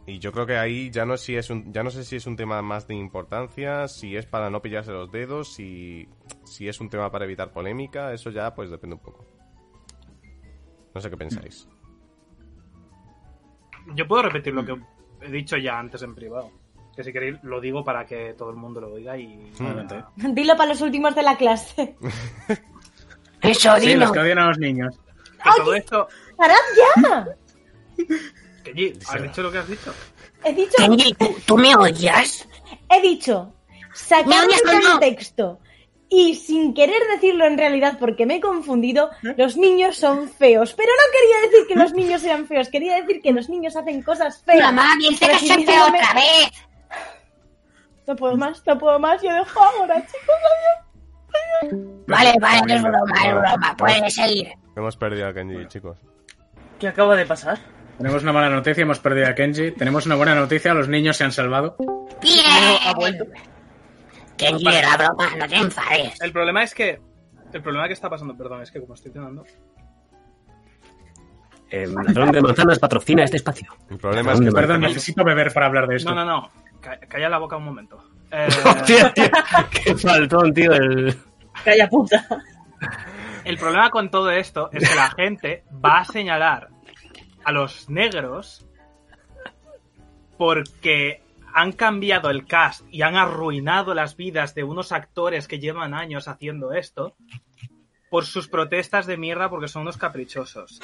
Y yo creo que ahí ya no, si es un, ya no sé si es un tema más de importancia, si es para no pillarse los dedos, si, si es un tema para evitar polémica, eso ya pues depende un poco. No sé qué pensáis. Yo puedo repetir lo que he dicho ya antes en privado. Que si queréis lo digo para que todo el mundo lo oiga y... Adelante. Dilo para los últimos de la clase. Eso, Sí, los dilo. que odian a los niños. Que todo esto... ¡Parad ya! Que, G, ¿has dicho lo que has dicho? He dicho. Kenji, ¿tú, tú me odias? He dicho. Me Sacando odias o no. el texto. Y sin querer decirlo en realidad porque me he confundido, ¿Eh? los niños son feos. Pero no quería decir que los niños sean feos, quería decir que los niños hacen cosas feas. Mamá, dice que se Recibiéndome- feo otra vez. No puedo más, no puedo más, yo dejo ahora, chicos. Vale, vale, es broma, es broma. Puedes seguir. Hemos perdido a Kenji, chicos. ¿Qué acaba de pasar? Tenemos una mala noticia, hemos perdido a Kenji. Tenemos una buena noticia, los niños se han salvado. Bien. Kenji, era broma, no te enfades. El problema es que... El problema que está pasando, perdón, es que como estoy cenando... Eh, Ladrón de manzanas patrocina este espacio. El problema es que... Perdón, necesito beber para hablar de esto. No, no, no. Ca- Calla la boca un momento. Eh, Hostia, tío. Qué faltón, tío. El... Calla puta. el problema con todo esto es que la gente va a señalar a los negros porque han cambiado el cast y han arruinado las vidas de unos actores que llevan años haciendo esto por sus protestas de mierda porque son unos caprichosos.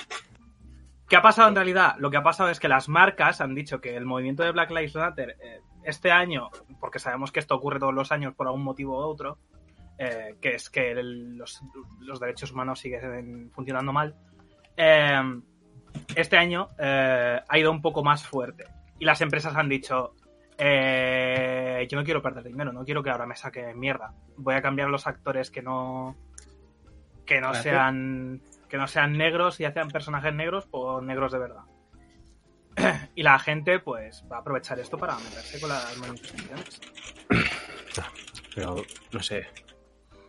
¿Qué ha pasado en realidad? Lo que ha pasado es que las marcas han dicho que el movimiento de Black Lives Matter eh, este año, porque sabemos que esto ocurre todos los años por algún motivo u otro, eh, que es que el- los, los derechos humanos siguen funcionando mal, eh, este año eh, ha ido un poco más fuerte. Y las empresas han dicho, eh, yo no quiero perder dinero, no quiero que ahora me saque mierda. Voy a cambiar los actores que no que no Gracias. sean que no sean negros y ya sean personajes negros por negros de verdad. Y la gente pues va a aprovechar esto para meterse con las manifestaciones. Pero, no sé.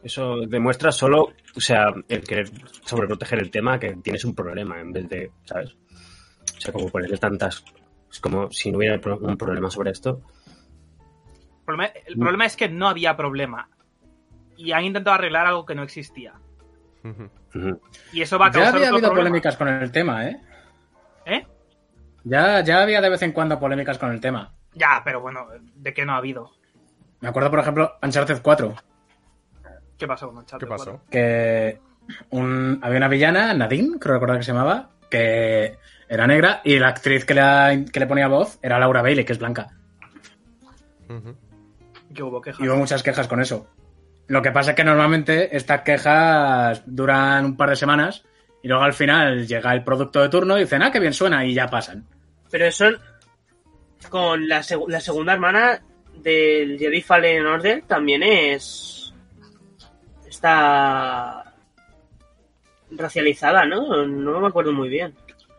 Eso demuestra solo, o sea, el querer sobreproteger el tema que tienes un problema en vez de, ¿sabes? O sea, como ponerle tantas. Es como si no hubiera pro- un problema sobre esto. El problema, el problema es que no había problema. Y han intentado arreglar algo que no existía. Ujú. Y eso va a Ya causar había otro habido problema. polémicas con el tema, ¿eh? ¿Eh? Ya, ya había de vez en cuando polémicas con el tema. Ya, pero bueno, ¿de qué no ha habido? Me acuerdo, por ejemplo, Uncharted 4, ¿Qué pasó con Uncharted ¿Qué pasó? 4? que un- había una villana, Nadine, creo recordar que se llamaba, que era negra y la actriz que, la- que le ponía voz era Laura Bailey, que es blanca. Ujú. Que hubo quejas. Y hubo muchas quejas con eso. Lo que pasa es que normalmente estas quejas duran un par de semanas y luego al final llega el producto de turno y dicen, ah, qué bien suena y ya pasan. Pero eso con la, seg- la segunda hermana del Jedi Fallen Order también es está racializada, ¿no? No me acuerdo muy bien.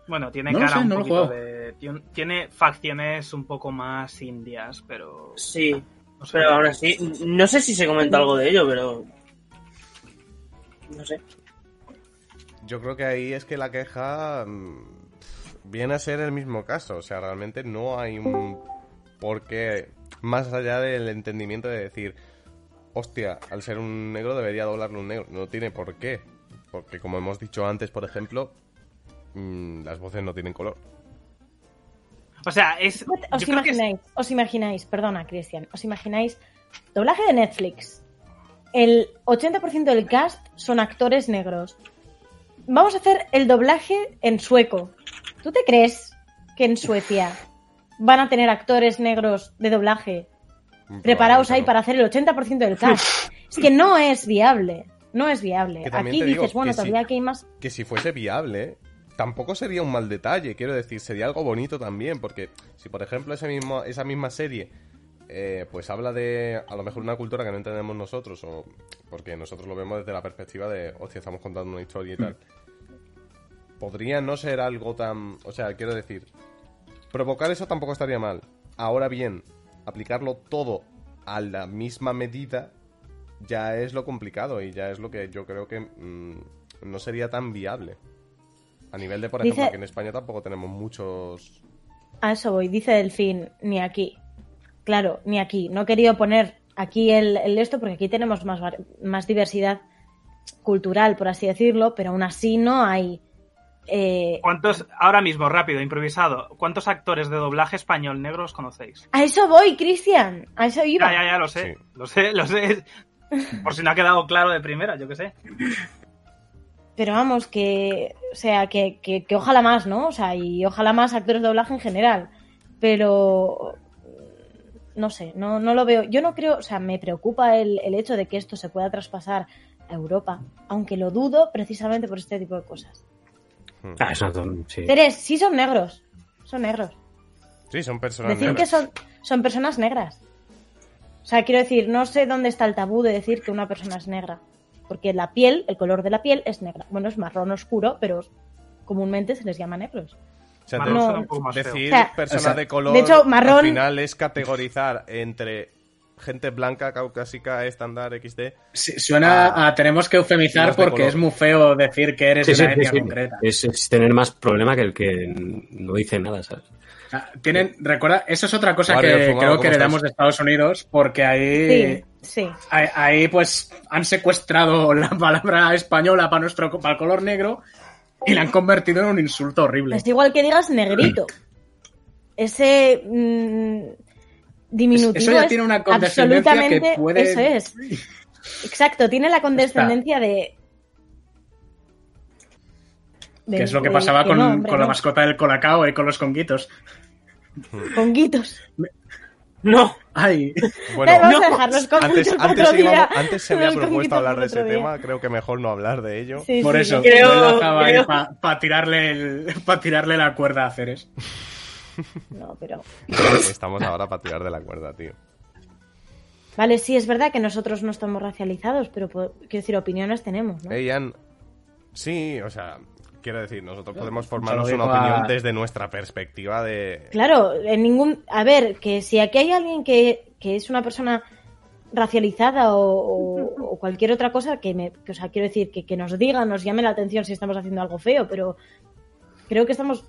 Bueno, tiene No lo cara sé, un no lo he poquito jugado. de... tien- Tiene facciones un poco más indias, pero... Sí, no sé. pero ahora sí, no sé si se comenta algo de ello, pero no sé. Yo creo que ahí es que la queja mm, viene a ser el mismo caso. O sea, realmente no hay un porqué más allá del entendimiento de decir, hostia, al ser un negro debería doblarle un negro. No tiene por qué. Porque como hemos dicho antes, por ejemplo, mm, las voces no tienen color. O sea, es... yo Pues, ¿Os creo que es- imagináis, os imagináis, perdona, Cristian, os imagináis doblaje de Netflix? El 80% del cast son actores negros. Vamos a hacer el doblaje en sueco. ¿Tú te crees que en Suecia van a tener actores negros de doblaje preparados Probablemente ahí no. para hacer el 80% del cast? Es que no es viable. No es viable. Que también Aquí te digo dices, bueno, que sí. todavía aquí hay más que si fuese viable, tampoco sería un mal detalle, quiero decir, sería algo bonito también, porque si por ejemplo ese mismo, esa misma serie eh, pues habla de a lo mejor una cultura que no entendemos nosotros, o porque nosotros lo vemos desde la perspectiva de, hostia, estamos contando una historia y tal, podría no ser algo tan, o sea, quiero decir, provocar eso tampoco estaría mal. Ahora bien, aplicarlo todo a la misma medida ya es lo complicado y ya es lo que yo creo que mm, no sería tan viable. A nivel de, por ejemplo, Dice- que en España tampoco tenemos muchos... A eso voy, dice Delfín, ni aquí. Claro, ni aquí. No he querido poner aquí el, el esto porque aquí tenemos más, var- más diversidad cultural, por así decirlo, pero aún así no hay... eh, ¿Cuántos, ahora mismo, rápido, improvisado, cuántos actores de doblaje español negros conocéis? A eso voy, Cristian. A eso iba. Ya, ya, ya, lo sé, Sí. lo sé, lo sé. Por si no ha quedado claro de primera, yo qué sé. Pero vamos, que... O sea, que, que- que ojalá más, ¿no? O sea, y ojalá más actores de doblaje en general. Pero... No sé, no, no lo veo. Yo no creo, o sea, me preocupa el, el hecho de que esto se pueda traspasar a Europa, aunque lo dudo precisamente por este tipo de cosas. Ah, es una ton- sí. Tres, sí son negros. Son negros. Sí, son personas Decir que negras. son, son personas negras. O sea, quiero decir, no sé dónde está el tabú de decir que una persona es negra. Porque la piel, el color de la piel es negra. Bueno, es marrón oscuro, pero comúnmente se les llama negros. O sea, Marrón de- suena un poco más feo. decir O sea, personas o sea, de color de hecho, marrón- al final es categorizar entre gente blanca, caucásica, estándar, XD. Sí, suena Ah. a tenemos que eufemizar Los de porque color. es muy feo decir que eres Sí, de sí, una sí, etnia sí. concreta. Es, es tener más problema que el que no dice nada, ¿sabes? O sea, Ah, tienen, recuerda, eso es otra cosa Warrior que fumado, creo que ¿cómo heredamos estás? de Estados Unidos porque ahí, Sí, sí. ahí, ahí, pues han secuestrado la palabra española para nuestro para el color negro y la han convertido en un insulto horrible. Es igual que digas negrito. Ese mm, diminutivo Eso ya es tiene una condescendencia que absolutamente- puede- Eso es. Exacto, tiene la condescendencia de... Que es lo que de- pasaba que con, no, hombre, con la no. mascota del Colacao y con los conguitos. Con guitos. No, Ay, Bueno, Dale, vamos a dejar los cómics antes, para antes, otro día. íbamos- antes se había Los cómics propuesto para hablar de ese otro día. tema, creo que mejor no hablar de ello. Sí, por sí, eso sí. Creo- me lanzaba ahí creo- para tirarle el- pa tirarle la cuerda a Ceres. No, pero. Estamos ahora para tirar de la cuerda, tío. Vale, sí, es verdad que nosotros no estamos racializados, pero po- quiero decir, opiniones tenemos, ¿no? Hey, Ian. Sí, o sea, quiero decir, nosotros podemos Solo formarnos digo una opinión a- desde nuestra perspectiva de... Claro, en ningún. A ver, que si aquí hay alguien que, que es una persona racializada o, o- o cualquier otra cosa, que me. que, o sea, quiero decir, que, que nos diga, nos llame la atención si estamos haciendo algo feo, pero creo que estamos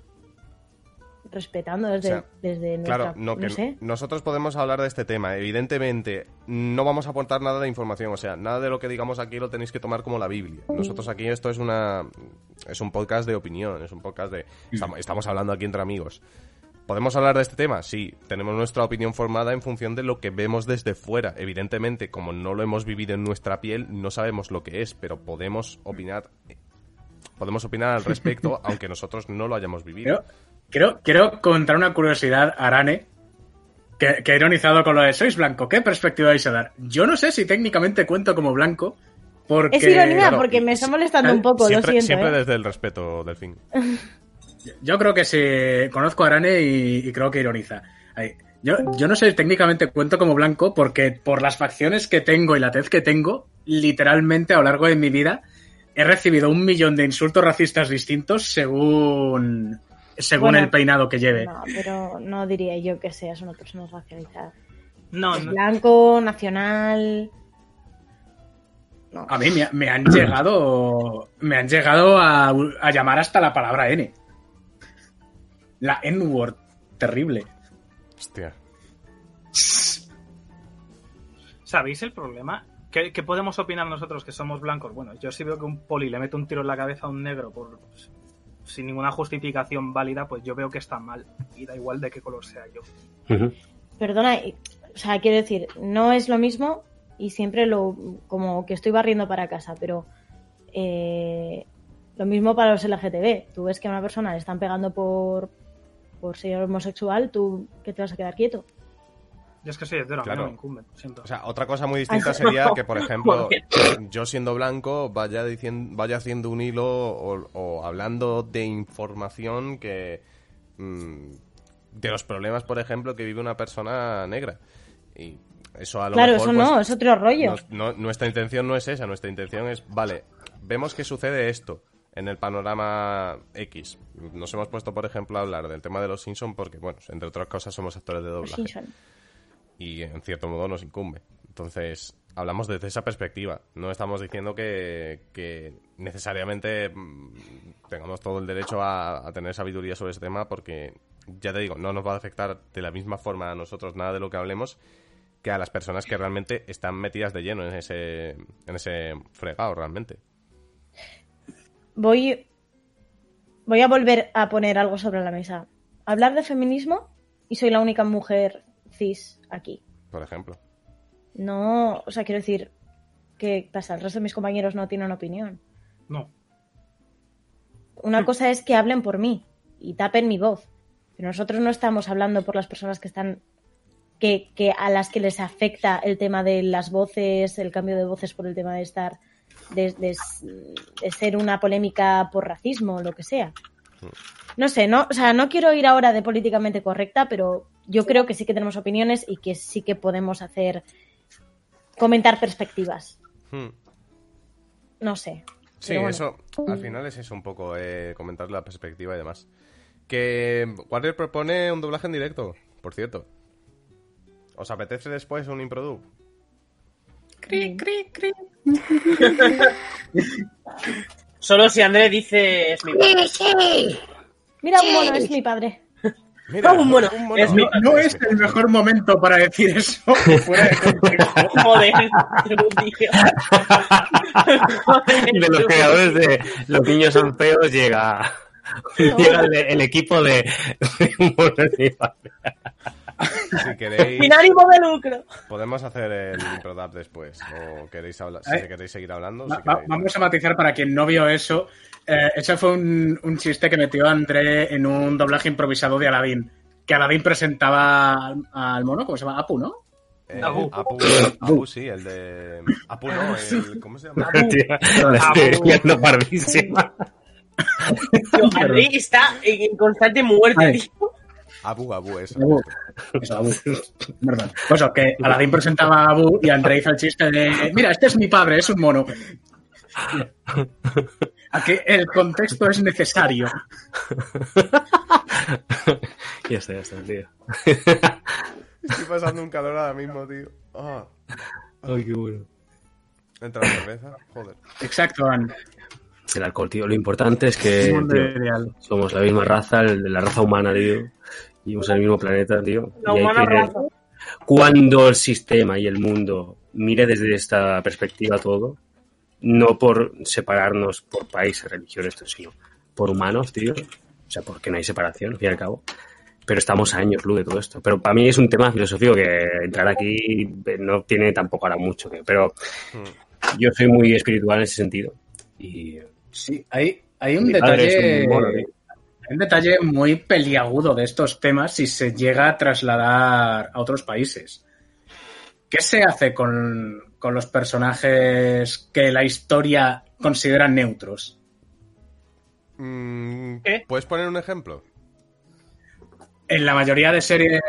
respetando desde, O sea, desde nuestra. Claro, no, que sé. nosotros podemos hablar de este tema. Evidentemente, no vamos a aportar nada de información. O sea, nada de lo que digamos aquí lo tenéis que tomar como la Biblia. Nosotros aquí esto es una... Es un podcast de opinión, es un podcast de... Estamos, estamos hablando aquí entre amigos. ¿Podemos hablar de este tema? Sí, tenemos nuestra opinión formada en función de lo que vemos desde fuera. Evidentemente, como no lo hemos vivido en nuestra piel, no sabemos lo que es, pero podemos opinar... Podemos opinar al respecto, aunque nosotros no lo hayamos vivido. Quiero, quiero, quiero contar una curiosidad a Arane, que, que ha ironizado con lo de sois blanco. ¿Qué perspectiva vais a dar? Yo no sé si técnicamente cuento como blanco, porque... Es ironía claro, porque me está molestando un poco, siempre lo siento. siempre ¿eh? desde el respeto, Delfín. Yo creo que sí. Conozco a Arane y, y creo que ironiza. Ahí. Yo, yo no sé, técnicamente cuento como blanco porque por las facciones que tengo y la tez que tengo, literalmente a lo largo de mi vida he recibido un millón de insultos racistas distintos según, según Bueno, el peinado que lleve. No, pero no diría yo que seas una persona racializada. No, no. Blanco, nacional. No. A mí me, me han llegado me han llegado a, a llamar hasta la palabra N. La N-word. Terrible. Hostia. ¿Sabéis el problema? ¿Qué, qué podemos opinar nosotros que somos blancos? Bueno, yo si veo que un poli le mete un tiro en la cabeza a un negro por sin ninguna justificación válida, pues yo veo que está mal. Y da igual de qué color sea yo. Ujú. Perdona, y- o sea, quiero decir, no es lo mismo y siempre lo. como que estoy barriendo para casa, pero. eh, lo mismo para los LGTB. Tú ves que a una persona le están pegando por. por ser homosexual, tú que te vas a quedar quieto. Yo es que soy hetero, Claro. a mí no me incumbe, lo siento. O sea, otra cosa muy distinta sería que, por ejemplo, yo siendo blanco vaya diciendo, vaya haciendo un hilo o, o hablando de información que mm, de los problemas, por ejemplo, que vive una persona negra. Y eso a lo Claro, mejor, eso pues, no, es otro rollo. Nos- no- nuestra intención no es esa, nuestra intención es, vale, vemos que sucede esto en el panorama X. Nos hemos puesto, por ejemplo, a hablar del tema de los Simpsons porque, bueno, entre otras cosas somos actores de doblaje Simpson. y en cierto modo nos incumbe. Entonces, hablamos desde esa perspectiva. No estamos diciendo que, que necesariamente mm, tengamos todo el derecho a, a tener sabiduría sobre ese tema porque, ya te digo, no nos va a afectar de la misma forma a nosotros nada de lo que hablemos que a las personas que realmente están metidas de lleno en ese, en ese fregado realmente. voy, voy a volver a poner algo sobre la mesa. Hablar de feminismo y soy la única mujer cis aquí. Por ejemplo. No, o sea, quiero decir, ¿qué pasa? El resto de mis compañeros no tienen opinión. No. Una cosa es que hablen por mí y tapen mi voz. Pero nosotros no estamos hablando por las personas que están. Que, que a las que les afecta el tema de las voces, el cambio de voces por el tema de estar. de, de- de ser una polémica por racismo o lo que sea. No sé, no, o sea, no quiero ir ahora de políticamente correcta, pero yo creo que sí que tenemos opiniones y que sí que podemos hacer. comentar perspectivas. Hmm. No sé. Sí, Pero bueno. eso al final es eso un poco, eh, comentar la perspectiva y demás. Que Warrior propone un doblaje en directo, por cierto. ¿Os apetece después un improdu? Solo si André dice es mi padre. Sí, sí. Mira, un mono, es mi padre. Mira, un mono. Es mi- No, no pues es el mejor momento para decir eso. fuera de contexto. Joder, tío. Joder, De los tío. creadores de Los niños son feos llega, llega el, el equipo de... de humor de- Si queréis, Sin ánimo de lucro. podemos hacer el improdap después. O queréis hablar, si Eh, queréis seguir hablando. Va- si va- queréis- vamos a matizar para quien no vio eso. Eh, ese fue un, un chiste que metió André en un doblaje improvisado de Aladdin. Que Aladdin presentaba al, al mono, ¿cómo se llama? Apu, ¿no? Eh, Abu. Apu, Abu, sí, el de. Apu, no, el. ¿Cómo se llama? Tía, La estoy liando pardísima. Tío, André está en en constante muerte, Ay. tío. Abu, abu, eso. Abu. Eso, Abu. Perdón. Pues eso, que Aladín presentaba a Abu y André hizo el chiste de: Mira, este es mi padre, es un mono. Aquí el contexto es necesario. ya está, ya está, tío. Estoy pasando un calor ahora mismo, tío. Ah, Ay, qué bueno. entra la cerveza. Joder. Exacto, Anne. El alcohol, tío. Lo importante es que tío, somos la misma raza, el- la raza humana, tío. Vivimos en el mismo planeta, tío. La Y hay humana que- raza. Cuando el sistema y el mundo mire desde esta perspectiva todo, no por separarnos por países, religiones, todo, sino por humanos, tío. O sea, porque no hay separación, al fin y al cabo. Pero estamos a años luz de todo esto. Pero para mí es un tema filosófico que entrar aquí eh, no tiene tampoco ahora mucho. que- Pero yo soy muy espiritual en ese sentido. Y Sí, hay, hay un Mi padre detalle. es un mono, ¿eh? tío. hay un detalle muy peliagudo de estos temas si se llega a trasladar a otros países. ¿Qué se hace con, con los personajes que la historia considera neutros? Mm, ¿Qué? ¿Puedes poner un ejemplo? En la mayoría de series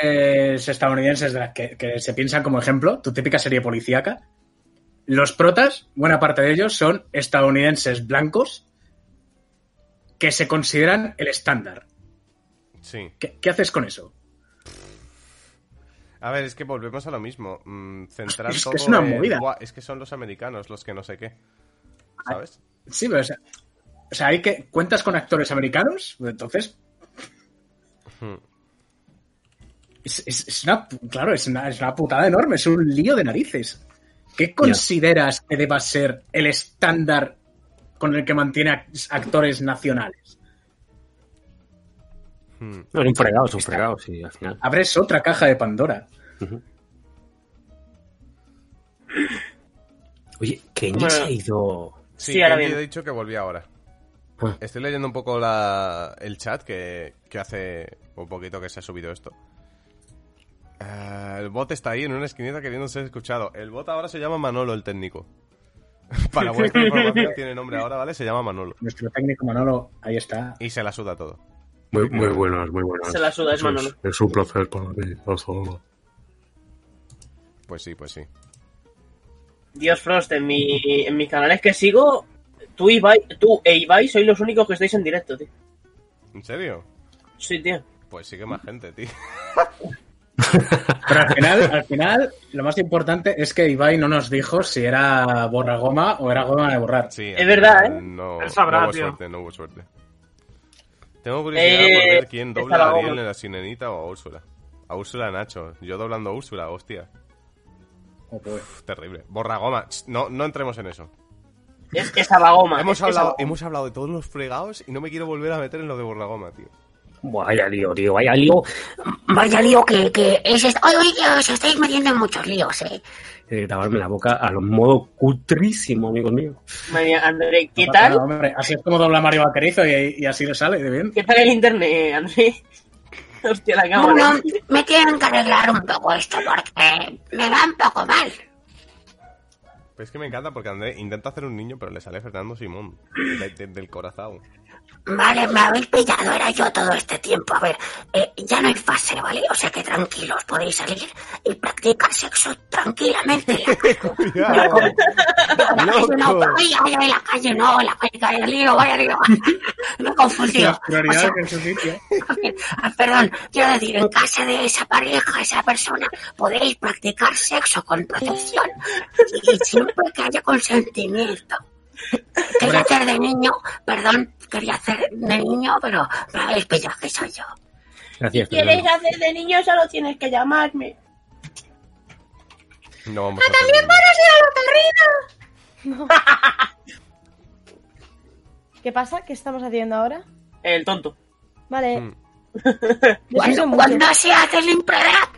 estadounidenses de las que, que se piensan como ejemplo, tu típica serie policíaca, los protas, buena parte de ellos, son estadounidenses blancos que se consideran el estándar. Sí. ¿Qué- qué haces con eso? A ver, es que volvemos a lo mismo. Mm, centrar Es que todo es una en, movida. Ah. "Buah, es que son los americanos los que no sé qué. ¿Sabes? Sí, pero o sea, o sea, hay que cuentas con actores americanos, entonces Hmm. es, es- es una, pu- claro, es una, es una putada enorme, es un lío de narices. ¿Qué consideras que deba ser el estándar con el que mantiene ac- actores nacionales? Hmm. no, son fregados, son fregados, y al final. Abres otra caja de Pandora. Oye, Kenji Bueno. se ha ido. Sí, Sí, ahora Kenji bien. ha dicho que volvía ahora. Ah. Estoy leyendo un poco la, el chat que, que hace un poquito que se ha subido esto. Ah, el bot está ahí en una esquinita queriendo ser escuchado. El bot ahora se llama Manolo, el técnico. Para vuestra información tiene nombre ahora, ¿vale? Se llama Manolo. Nuestro técnico Manolo, ahí está. Y se la suda todo. Muy, muy buenas, muy buenas. Se la suda, es Es- Manolo. Es, un placer para mí. Hasta luego. Pues sí, pues sí. Dios Frost, en, mi, en mis canales que sigo, tú, Ibai, tú e Ibai sois los únicos que estáis en directo, tío. ¿En serio? Sí, tío. Pues sigue más gente, tío. Pero al final, al final, lo más importante es que Ibai no nos dijo si era borra goma o era goma de borrar. Sí, Es verdad, ¿eh? No, Él sabrá, no hubo tío. suerte, no hubo suerte. Tengo curiosidad Eh, por ver quién está dobla la a Ariel goma. en la sirenita o a Úrsula. A Úrsula Nacho. Yo doblando a Úrsula, hostia. Joder. Uf, terrible. Borra goma. Ch, No, no entremos en eso. Es que es abagoma. hemos, Ah, es que es hablado, abagoma. hemos hablado de todos los fregados y no me quiero volver a meter en lo de borra goma, tío. Vaya lío, tío, vaya lío. Vaya lío que, que es esto. Oye, oye, os estáis metiendo en muchos líos, eh. Eh, taparme la boca a lo modo cutrísimo, amigos míos. Madre mía, André, ¿qué No, tal? no, hombre, así es como dobla Mario Vaquerizo y, y así le sale de bien. ¿Qué tal el internet, André? Hostia, la cámara. Bueno, me tienen que arreglar un poco esto porque me va un poco mal. Pero es que me encanta porque André intenta hacer un niño, pero le sale Fernando Simón. de- de- del corazón. Vale, me habéis pillado, era yo todo este tiempo. A ver, eh, ya no hay fase, ¿vale? O sea que tranquilos, podéis salir y practicar sexo tranquilamente. Cuidado. No, ¡Loco! pero ay, ay, ay, la calle no, la calle, vaya lío, vaya lío. Me he confundido. Las prioridades en su sitio. Ah, Perdón, quiero decir, en casa de esa pareja, esa persona, podéis practicar sexo con protección y siempre que haya consentimiento. Quería hacer de niño, perdón, quería hacer de niño, pero me habéis pillado que soy yo. Gracias, ¿Quieres Fernando. hacer de niño? Solo tienes que llamarme. No vamos a hacer un niño. ¿Qué pasa? ¿Qué estamos haciendo ahora? El tonto. Vale. Hmm. Mm. Yo sí soy Cuando, mucho. cuando se hace el impredad,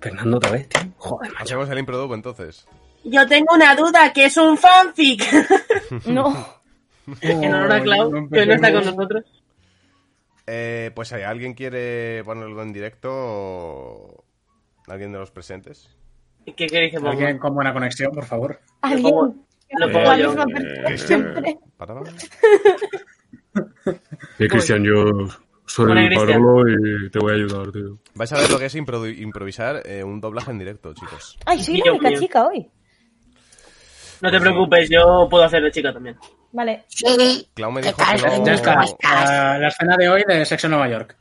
Fernando otra vez, tío. Joder, macho. Hacemos el improducto entonces. Yo tengo una duda, que es un fanfic. No. En honor a Clau, que hoy no está con nosotros. Eh, pues si alguien quiere ponerlo en directo, o alguien de los presentes. ¿Qué queréis que ponga? Alguien con buena conexión, por favor. pongo- Alguien. Lo que pongo la yo. misma Eh, persona siempre. Para, para. Eh, Cristian, yo Soy Hola, el Cristian. Manolo y te voy a ayudar, tío. Vais a ver lo que es improdu- improvisar eh, un doblaje en directo, chicos. Ay, soy Dios la única mío. chica hoy. No te preocupes, yo puedo hacer de chica también. Vale. Sí, Clau me ¿Qué dijo tal, que no- Ya está. ¿Cómo Ah, estás? La, la escena de hoy de Sexo en Nueva York.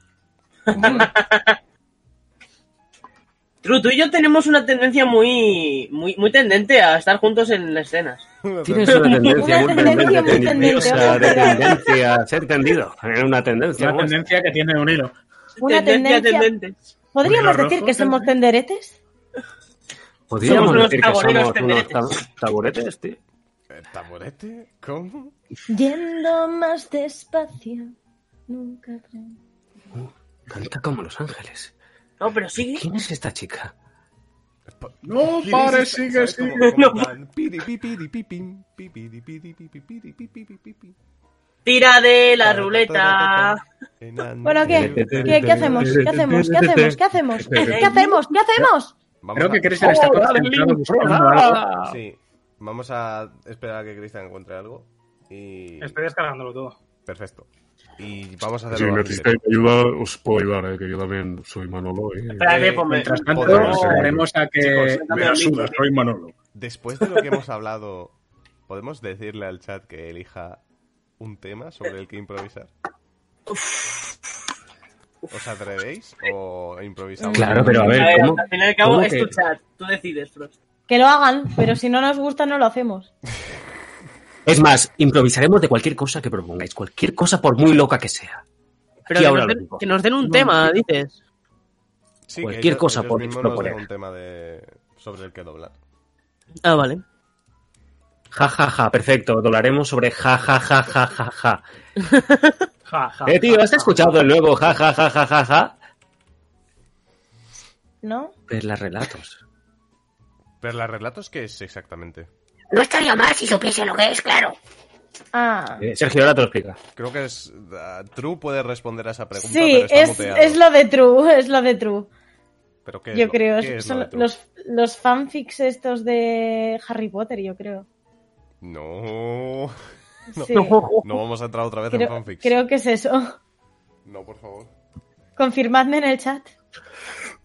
Tru, tú y yo tenemos una tendencia muy, muy, muy tendente a estar juntos en las escenas. Tienes una tendencia Una muy tendencia muy tendente, tendiciosa, de tendenciosa. tendencia a ser tendido. Era una tendencia. Pues Una vamos. tendencia que tiene un hilo. Una tendencia. tendente. ¿Podríamos Rojo, decir que somos tendencia. tenderetes? Podríamos Somos unos decir que taboreros somos unos tenderetes. tab- taburetes, tío. ¿Eh, ¿Taburete? ¿Cómo? Yendo más despacio. Nunca. fre- Canta como Los Ángeles. No, pero sí. ¿Quién es esta chica? No pares, sigue, ¿Sabes sigue. cómo- cómo No. van? Piri, pi, piri, pi, pim, pi, piri, piri, pi, pi, piri, pi, pi, pi, pi. Tira de la ruleta. Bueno, ¿qué? ¿Qué, qué hacemos? ¿Qué hacemos? ¿Qué hacemos? ¿Qué hacemos? ¿Qué hacemos? ¿Qué hacemos? Vamos Creo a- que Christian está concentrado buscando Ah. algo. Sí. Vamos a esperar a que Cristian encuentre algo. Y... Estoy descargándolo todo. Perfecto. Y vamos a Si hacerlo. así. necesitáis ayuda, os puedo ayudar, eh, que yo también soy Manolo. eh. Espérate, ponme. Mientras tanto, Podemos- esperaremos a que. Chicos, Me la suda, soy Manolo. Después de lo que hemos hablado, ¿podemos decirle al chat que elija un tema sobre el que improvisar? ¿Os atrevéis o improvisamos? Claro, pero a A ver, ver, ¿cómo? al fin y al cabo cómo es que- tu chat. Tú decides, Frost. Que lo hagan, pero si no nos gusta, no lo hacemos. Es más, improvisaremos de cualquier cosa que propongáis, cualquier cosa por muy loca que sea. Pero Aquí que, ahora nos lo den, digo. que nos den un tema, dices. Sí, Cualquier que ellos- cosa ellos podéis mismos nos den proponer. un tema de... sobre el que doblar. Ah, vale. Ja, ja, ja, perfecto. Doblaremos sobre ja, ja, ja, ja, ja, ja. Ja, ja, Eh, tío, ja, ¿has ja. escuchado el nuevo ja, ja, ja, ja, ja, ja? ¿No? Perlas relatos. Pero la relatos qué es exactamente. No estaría mal si supiese lo que es, claro. Ah. Eh, Sergio, ahora te lo explica. Creo que es ah, True puede responder a esa pregunta, Sí, pero está es, muteado. es lo de True, es lo de True. ¿Pero qué es Yo lo- creo, qué es son lo de True? los, los fanfics estos de Harry Potter, yo creo. No, Sí. no vamos a entrar otra vez en creo, fanfics. creo que es eso. No, por favor. Confirmadme en el chat.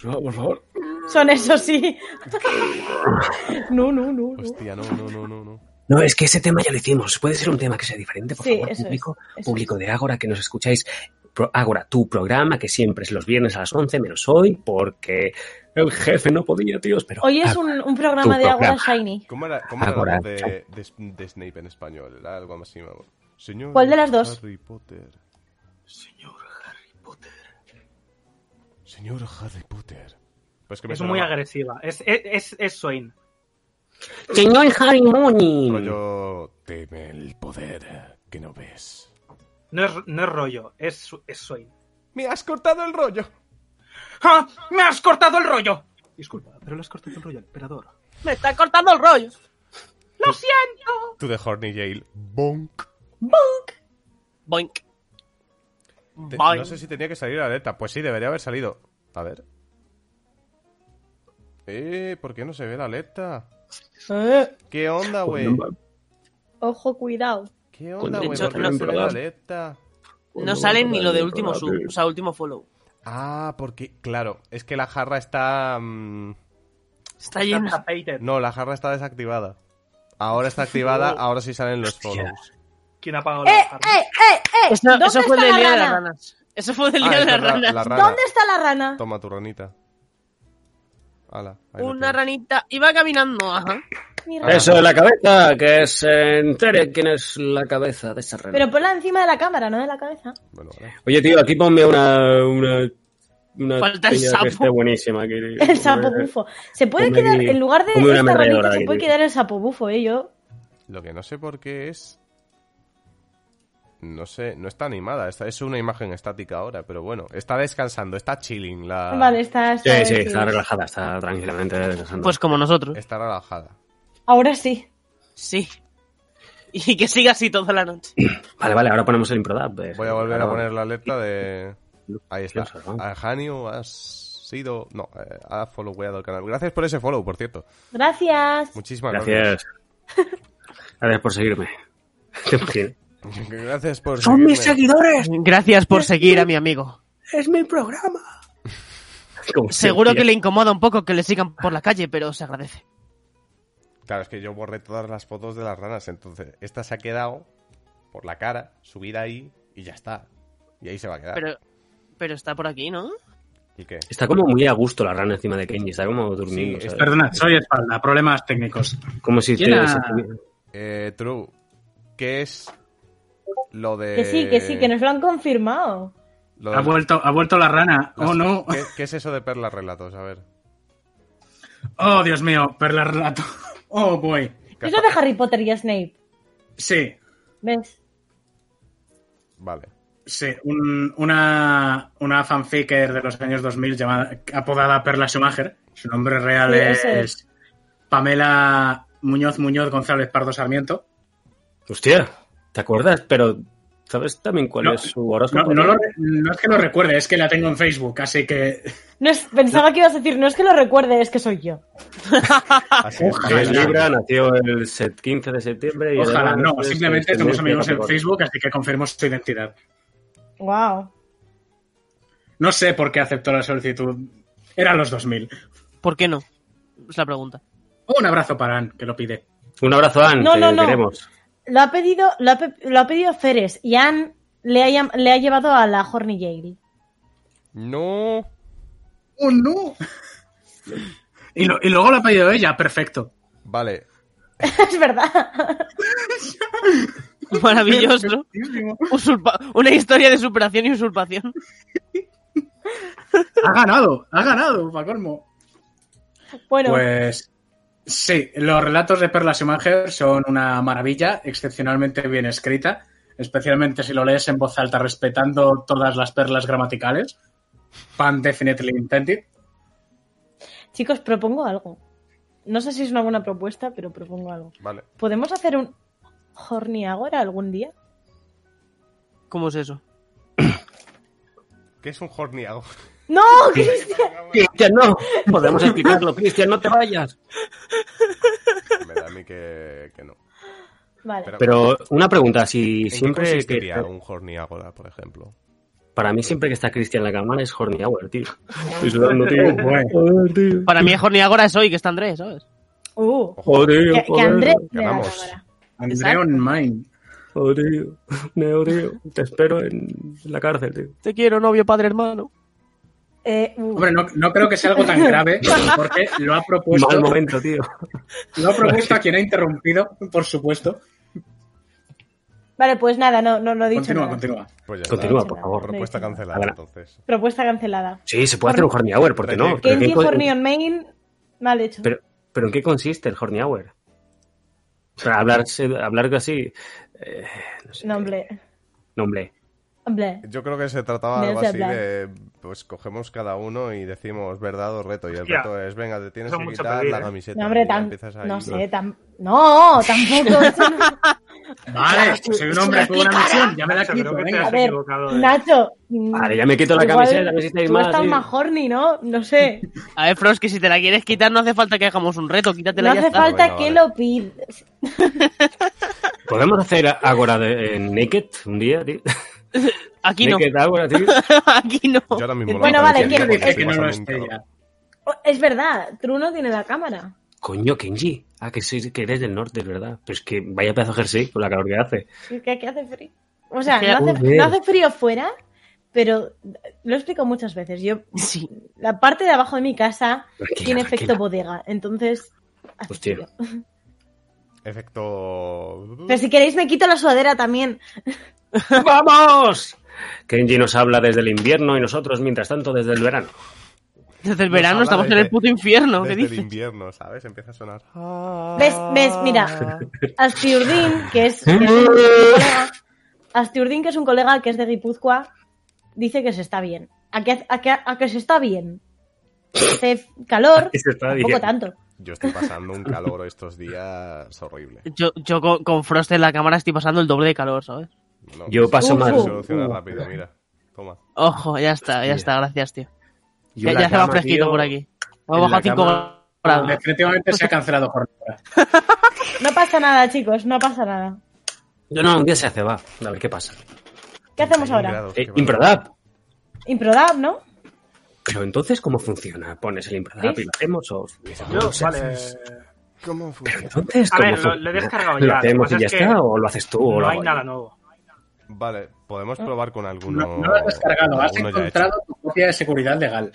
No, por favor. Son eso sí. No, no, no. no. Hostia, no, no, no, no, no. No, es que ese tema ya lo hicimos. Puede ser un tema que sea diferente, por Sí, favor, eso público, es, eso público de Ágora, que nos escucháis. Pro- Ágora, tu programa, que siempre es los viernes a las 11, menos hoy, porque el jefe no podía, tíos, pero... ah, Hoy es Ágora. un, un programa Tu de Agora programa. Shiny. ¿Cómo era, cómo era Ahora, la voz de, de, de Snape en español? Era algo así, ¿no? Señor ¿Cuál de las dos? Harry Potter. Señor Harry Potter. Señor Harry Potter. Pues que me Es suena muy más agresiva. Es, es, es, es Swain. Señor Harry Mooney. Rollo, teme el poder que no ves. No es, no es rollo, es, es Swain. ¡Me has cortado el rollo! ¡Ah! ¡Me has cortado el rollo! Disculpa, pero le has cortado el rollo al emperador. Me está cortando el rollo. ¡Lo siento! To the Horny Yale. Bonk. Boink. Te- Boing. no sé si tenía que salir la letra. Pues sí, debería haber salido. A ver. Eh, ¿por qué no se ve la letra? Eh, ¿Qué onda, güey? ojo, cuidado. ¿Qué onda, Con güey? leche, ¿Por qué no se ve la emperador. letra? No sale ni lo de último sub, o sea, último follow. Ah, porque, claro, es que la jarra está... mm, Está llena. Tapated. no, la jarra está desactivada. Ahora está activada, ahora sí salen los Hostia. follows. ¿Quién ha pagado ¡Eh, la eh, jarra? eh, eh! Eso, ¿Dónde eso está fue el del la día de las rana? ranas. Eso fue del Ah, día de es las verdad, ranas. la rana. ¿Dónde está la rana? Toma tu ranita. Ala, ahí lo Una tienes. ranita iba caminando, ajá. Mi Ah. rana. Eso de la cabeza, que se entere quién es la cabeza de esa rana. Pero ponla encima de la cámara, no de la cabeza. Bueno, vale. Oye, tío, aquí ponme una... una... una Falta el peña sapo. Que esté buenísima. aquí. El sapo pues, bufo. Se puede Ponme- quedar, en lugar de ponme una esta ametralladora ranita, se aquí, puede tío. quedar el sapo bufo, eh. Yo Lo que no sé por qué es... No sé, no está animada, esta es una imagen estática ahora, pero bueno, está descansando, está chilling, la... Vale, está. Sí, está- sí, sí. está relajada, está tranquilamente descansando. Pues como nosotros. Está relajada. Ahora sí. Sí. Y que siga así toda la noche. Vale, vale, ahora ponemos el improdab. pues. Voy a volver a Ahora- poner la letra de... Ahí está. Pienso, ¿no? Aljanio, has sido... No, eh, ha followeado el canal. Gracias por ese follow, por cierto. Gracias. Muchísimas gracias. Gracias. Gracias por seguirme. Te imaginas. Gracias por Son mis seguirme. seguidores. Gracias por seguir a mi amigo. Es mi programa. Como Seguro siempre. que le incomoda un poco que le sigan por la calle, pero se agradece. Claro, es que yo borré todas las fotos de las ranas, entonces esta se ha quedado por la cara, subida ahí y ya está. Y ahí se va a quedar. Pero, pero está por aquí, ¿no? ¿Y qué? Está como muy a gusto la rana encima de Kenji, está como Sí, durmiendo. ¿sabes? es Perdona, soy espalda, problemas técnicos. Como si ¿Quién te- ha- Eh, True, ¿qué es lo de. Que sí, que Eh, sí, que nos lo han confirmado. lo de Ha las- vuelto, ha vuelto la rana. las- Oh Ah, no. ¿Qué, qué es eso de perlas relatos? A ver. Oh Dios mío, perla relato. Oh boy. Es lo de Harry Potter y Snape. Sí, ¿Ves? Vale. sí. un- una, una fanficker de los años 2000 llamada, apodada Perla Schumacher. Su nombre real Sí, es, ese Pamela Muñoz Muñoz González Pardo Sarmiento. Hostia, ¿te acuerdas? Pero, ¿sabes también cuál No, es su horóscopo? No, no lo re- no es que lo recuerde, es que la tengo en Facebook, así que No es- pensaba que ibas a decir, no es que lo recuerde, es que soy yo. Ah. Así es, Ojalá. Es perlas. Libra, nació el set- 15 de septiembre y ojalá. además No, es simplemente somos descendencia amigos en Capricornio. Facebook, así que confirmo su identidad. Wow. No sé por qué aceptó la solicitud. Eran los 2000. ¿Por qué no? Es la pregunta. Un abrazo para Ann, que lo pide. Un abrazo, Ann, No, te no, no. queremos. Lo ha pedido, lo ha, pe- lo ha pedido Ceres y han le ha, llam- le ha llevado a la Horny Yale. No. ¡Oh, no! Y, lo- y luego lo ha pedido ella, perfecto. Vale. es verdad. Maravilloso. Usurpa- una historia de superación y usurpación. Ha ganado, ha ganado, pa' colmo. Bueno, Pues sí, los relatos de Perla Schumacher son una maravilla, excepcionalmente bien escrita, especialmente si lo lees en voz alta respetando todas las perlas gramaticales. Pan definitely intended. chicos, propongo algo. No sé si es una buena propuesta, pero propongo algo. Vale. ¿Podemos hacer un Horny Agora algún día? ¿Cómo es eso? ¿Qué es un horniago? ¡No, Cristian! Cristian, no. Podemos explicarlo, Cristian, no te vayas. Me da a mí que, que no. Vale. Pero una pregunta, si ¿en qué siempre que... consistiría un horniágora, por ejemplo? Para mí siempre que está Cristian en la cámara es Horny Hour, tío. Estoy sudando, tío. bueno. Joder, tío. Para mí, Jorni Agora es hoy, que está Andrés, ¿sabes? Uh, Joder, que, que joder, Andrés me la ganamos. cámara. Andrea on mine. joder, tío. Neo, tío. Te espero en la cárcel, tío. Te quiero, novio, padre, hermano. Eh, uh. Hombre, no, no creo que sea algo tan grave, porque lo ha propuesto, Mal momento, tío. lo ha propuesto a quien ha interrumpido, por supuesto. Vale, pues nada, no, no, no he dicho Continúa, nada. continúa. Pues ya Continúa, está. por favor. Propuesta cancelada, Ahora. entonces. Propuesta cancelada. Sí, se puede hacer un Horny Hour, ¿por qué no? Pero Kenji ¿en qué- Horny on Main, mal hecho. Pero, pero ¿en qué consiste el Horny Hour? O sea, hablarse, hablar así. eh, no sé. No, hombre. No, hombre. Hombre. Yo creo que se trataba Me algo hace así hablar. de, pues cogemos cada uno y decimos verdad o reto. Y el Hostia. reto es, venga, te tienes Eso es que mucho quitar pedir, la ¿eh? camiseta. No, hombre, Y ya tan, empiezas ahí. no sé, tan, no, tampoco. eso no- Vale, pues soy un hombre, tuve una misión, ya me la Nacho, creo quito, que te venga. has A ver, equivocado. eh. de- Nacho. eh. mm, Vale, ya me quito la igual camiseta, a ver si estáis tú más, estás sí. más horny, ¿no? No sé. A ver, Frost, que si te la quieres quitar, no hace falta que hagamos un reto, quítatela No ya hace está. falta Bueno, que vale. lo pidas. ¿Podemos hacer Agora de, en Naked un día, tío? Aquí no. naked Agora, tío. Aquí no. Yo ahora mismo lo Bueno, vale, pensaría ¿quién- porque es- estoy que no lo pasando un esté ya. calor. Oh, Es verdad, Truno tiene la cámara. Coño, Kenji. Ah, que, sois, que eres del norte, es verdad. Pero es que vaya pedazo de jersey con la calor que hace. Es que aquí hace frío. O sea, Es que- no, hace, Joder. no hace frío fuera, pero lo he explicado muchas veces. Yo, Sí. la parte de abajo de mi casa Tranquila, tiene efecto tranquila. bodega, entonces. hace Hostia. frío. Efecto... Pero si queréis me quito la sudadera también. ¡Vamos! Kenji nos habla desde el invierno y nosotros, mientras tanto, desde el verano. Desde el Nos verano habla estamos en desde- el puto infierno, ¿qué desde el dices? invierno, ¿sabes? Empieza a sonar. ¿Ves? ¿Ves? Ah. Mira, Astiurdín, que es, que es un colega, Astiurdín, que es un colega que es de Guipúzcoa, dice que se está bien. ¿A que, a que- a que se está bien? Hace calor, Y se está tampoco bien. tanto. Yo estoy pasando un calor estos días horrible. Yo, yo con, con Frost en la cámara estoy pasando el doble de calor, ¿sabes? No, Yo pues, paso se mal. Uh. soluciona rápido, mira. Toma. Ojo, ya está, ya Hostia. está, gracias, tío. Yo Ya, en ya la se va cama, fresquito tío, por aquí. Hemos en la bajado 5 cama- grados. Definitivamente se ha cancelado jornada. No pasa nada, chicos, no pasa nada. No, no, un día se hace, va. A ver qué pasa. ¿Qué hacemos ahora? Pues Eh, Improdap. Improdab, ¿no? Pero entonces, ¿cómo funciona? ¿Pones el Improdap y lo hacemos o.? Yo, No sé. vale. ¿Cómo Pero entonces, A ¿cómo ver, lo, funciona? lo he descargado ¿Lo ya. hacemos lo y que ya pasa es está? que ¿O lo haces tú? o No lo hay hago yo? nada nuevo. Vale, podemos probar con alguno. No, no lo has descargado, has alguno ya encontrado tu copia de seguridad legal.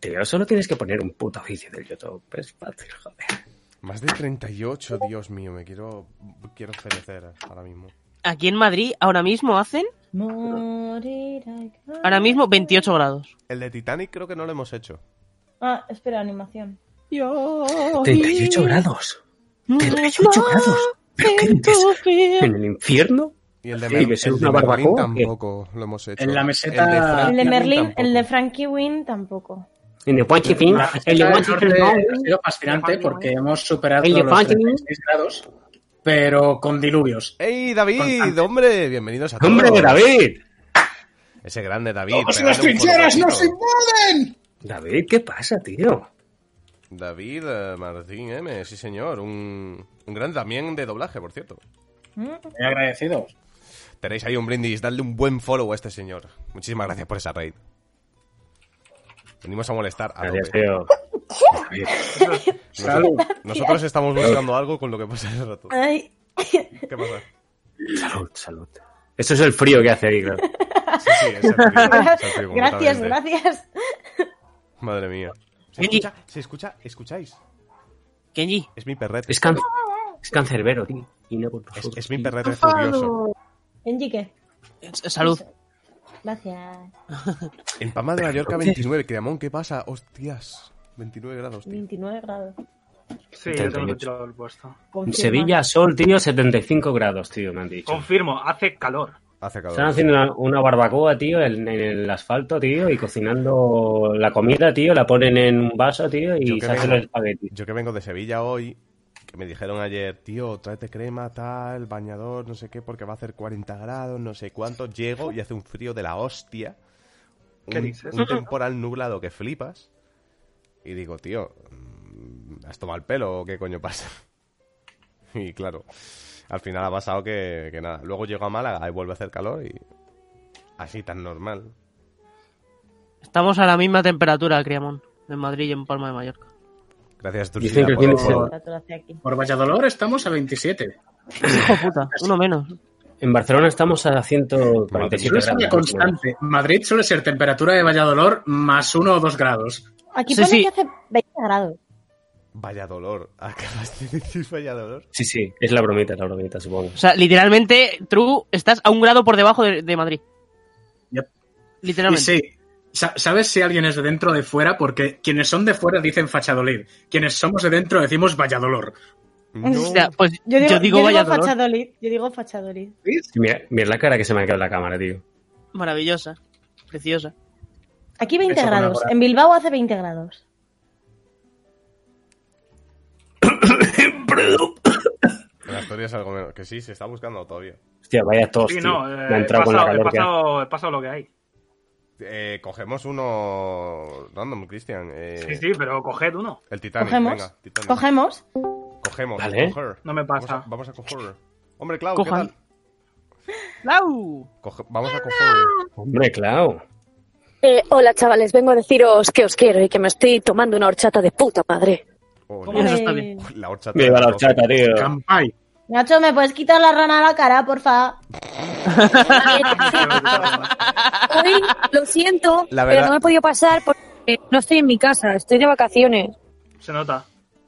Tío, solo tienes que poner un puto oficio del YouTube. Es fácil, joder. hecho. Más de 38, Dios mío, me quiero quiero fenecer ahora mismo. Aquí en Madrid ahora mismo hacen, Morir al- ahora mismo 28 grados. El de Titanic creo que no lo hemos hecho. Ah, espera, animación. 38 grados. 38 grados. ¿Pero qué dices? ¿En el infierno? Y el de, Sí, que sea el de una Merlín barbacoa, ¿qué? tampoco lo hemos hecho. En la meseta- El Franklin de Merlin, tampoco. el de Frankie Wynn tampoco. En el Juanchi Fin, Ah, La en fiesta el del Juanchi Fin, norte no. ha sido fascinante porque hemos superado El de los Fanning. 36 grados, pero con diluvios. ¡Ey, David! Constante. ¡Hombre! Bienvenidos a todos. ¡Hombre, David! ¡Oh, Ese grande David. ¡Todos en pegadle las un trincheras, fotocopito. nos invaden! David, ¿qué pasa, tío? David eh, Martín M, sí señor. Un, un gran también de doblaje, por cierto. Muy agradecidos. Tenéis ahí un brindis, dadle un buen follow a este señor. Muchísimas gracias por esa raid. Venimos a molestar a Gracias, eh. tope. tío. David, Salud. Nosotros estamos buscando algo con lo que pasa el rato. Ay, ¿Qué pasa? Salud, salud. Eso es el frío que hace ahí, claro. Sí, sí, es el frío, es el frío gracias, completamente. gracias. Madre mía. ¿Se Kenji. escucha? ¿Se escucha? ¿Escucháis? Kenji, Es mi perrete. Es, can... es cancerbero, tío. Y no por Es, favor. es mi perrete furioso. Enrique, s- salud. gracias. En Palma de Mallorca 29. Creamón, ¿qué pasa? Hostias. 29 grados, tío. 29 grados. Sí, yo tengo el ventilador puesto. En Confirma. Sevilla, sol, tío, 75 grados, tío, me han dicho. Confirmo, hace calor. Hace calor. Están haciendo una, una barbacoa, tío, en, en el asfalto, tío, y cocinando la comida, tío, la ponen en un vaso, tío, Yo y que se hacen vengo- los espaguetis. Yo que vengo de Sevilla hoy, que me dijeron ayer, tío, tráete crema, tal, bañador, no sé qué, porque va a hacer 40 grados, no sé cuánto. Llego y hace un frío de la hostia. ¿Qué un, dices? un temporal nublado que flipas. Y digo, tío, mm, ¿has tomado el pelo o qué coño pasa? Y claro, al final ha pasado que, que nada. Luego llego a Málaga y vuelve a hacer calor y. Así tan normal. Estamos a la misma temperatura, Criamón, en Madrid y en Palma de Mallorca. Gracias, Dicen Turquía, que por el tienes follow. el- Temperatura hacia aquí. Por Valladolid estamos a 27. Hijo puta, uno menos. En Barcelona estamos a 147 Suele ser grados. la constante. Madrid suele ser temperatura de Valladolid más uno o dos grados. Aquí Sí, pone sí. que hace 20 grados. Vaya dolor. Acabas de decir vaya dolor. Sí, sí, es la bromita, es la bromita, supongo. O sea, literalmente, True, estás a un grado por debajo de, de Madrid. Yep. Y Literalmente. sí, sa- sabes si alguien es de dentro o de fuera, porque quienes son de fuera dicen Fachadolid. Quienes somos de dentro decimos Valladolid. O sea, pues Yo digo, yo digo, vaya dolor. Fachadolid. Yo digo Fachadolid. Mira, mira la cara que se me ha quedado en la cámara, tío. Maravillosa, preciosa. Aquí 20 Eso grados. colabora. En Bilbao hace 20 grados. En Asturias algo menos. Que sí, se está buscando todavía. Hostia, vaya tos, Sí, tío. no, Me eh, ha he, entrado con la pasado, he, calor que hace. pasado, he pasado lo que hay. Eh, cogemos uno random, Cristian. Eh, Sí, sí, pero coged uno. El Titanic, Cogemos. venga. Titanic. Cogemos. Cogemos. Vale. coger. No me pasa. Vamos a, vamos a coger. Hombre, Clau, Cojan. ¿qué ¡Lau! tal? Coge- vamos a coger. Hombre, claro. Eh, hola chavales, vengo a deciros que os quiero y que me estoy tomando una horchata de puta madre. Oh, ¿Cómo? Eso la- está Eh, bien. la horchata. Me va la horchata, tío. Campay. Nacho, ¿me puedes quitar la rana a la cara, porfa? Hoy, lo siento, La verdad- pero no me he podido pasar porque no estoy en mi casa, estoy de vacaciones. Se nota.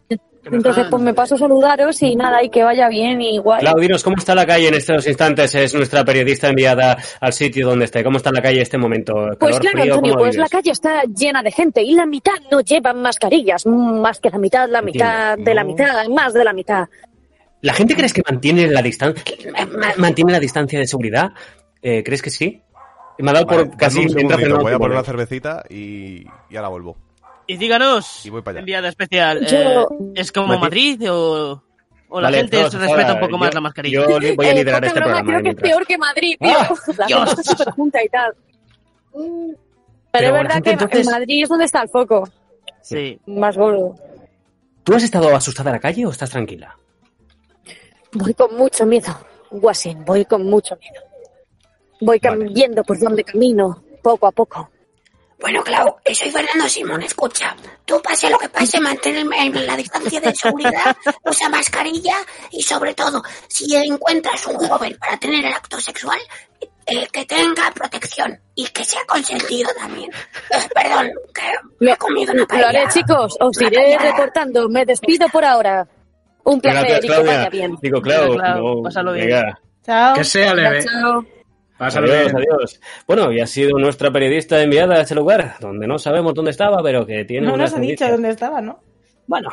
Que no Entonces, está- pues me paso a saludaros y nada, y que vaya bien y guay. Clau, dinos, ¿cómo está la calle en estos instantes? Es nuestra periodista enviada al sitio donde esté. ¿Cómo está la calle en este momento? ¿Calor, Pues claro, frío? Antonio, ¿Cómo lo pues la vives? calle está llena de gente y la mitad no llevan mascarillas, más que la mitad, la Entiendo. mitad de la No. mitad, más de la mitad. ¿La gente crees que mantiene la distancia mantiene la distancia de seguridad? Eh, ¿Crees que sí? Me ha dado Vale, por dadme casi un mientras segundito, cenaba, Voy a tipo, poner una cervecita y, y ahora vuelvo. Y díganos, Y voy para allá. enviada especial, Yo- eh, ¿es como Madrid. Madrid o, o la Vale, gente todos, se respeta ahora, un poco más yo- la mascarilla? Yo le voy a Eh, liderar poca este broma, programa. creo que es mientras. peor que Madrid, tío. ¡Ah! la gente está súper junta y tal. Pero Pero es bueno, verdad que entonces- en Madrid es donde está el foco. Sí. Más gordo. ¿Tú has estado asustada en la calle o estás tranquila? Voy con mucho miedo, Wasin, voy con mucho miedo. Voy cam- viendo por dónde camino, poco a poco. Bueno, Clau, eh, soy Fernando Simón, escucha. Tú pase lo que pase, mantén el- el- la distancia de seguridad, usa mascarilla y sobre todo, si encuentras un joven para tener el acto sexual, eh, que tenga protección y que sea consentido también. Eh, perdón, que me he comido una Lo paella. haré, chicos, os iré reportando. Me despido por ahora. Un placer y que vaya bien. Digo, claro, Venga, Clau, no, pásalo bien. venga. Chao. Que sea leve. Chao. Pásalo adiós, bien. adiós. Bueno, y ha sido nuestra periodista enviada a este lugar, donde no sabemos dónde estaba, pero que tiene No unas nos ha dicho noticias. dónde estaba, ¿no? Bueno,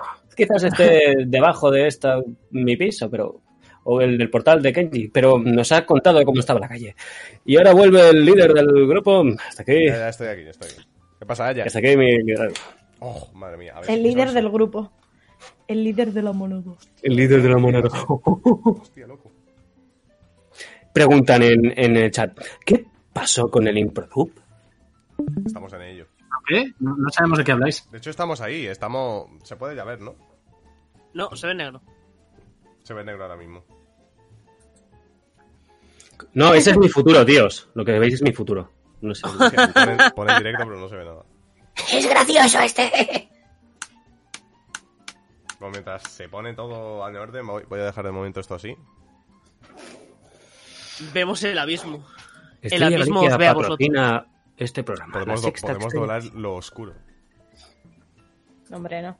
quizás esté debajo de esta mi piso, pero o el del portal de Kenji, pero nos ha contado cómo estaba la calle. Y ahora vuelve el líder del grupo. Hasta aquí. Ya, ya estoy aquí, ya estoy aquí. ¿Qué pasa, Aya? Hasta aquí mi liderazgo. Oh, madre mía. A ver, El ¿qué líder pasa? del grupo. El líder de la monada. El líder de la moneda. Hostia, loco. Preguntan en, en el chat, ¿qué pasó con el Improdup? Estamos en ello. ¿Qué? No, no sabemos de qué habláis. De hecho, estamos ahí. Estamos... Se puede ya ver, ¿no? No, se ve negro. Se ve negro ahora mismo. No, ese es mi futuro, tíos. Lo que veis es mi futuro. No sé. Ponen, ponen directo, pero no se ve nada. Es gracioso este. Bueno, mientras se pone todo en orden, voy voy a dejar de momento esto así. Vemos el abismo. el Estrella abismo Galicia os ve a vosotros. patrocina este programa. Podemos, La do- sexta podemos estrella. doblar lo oscuro. Hombre, no.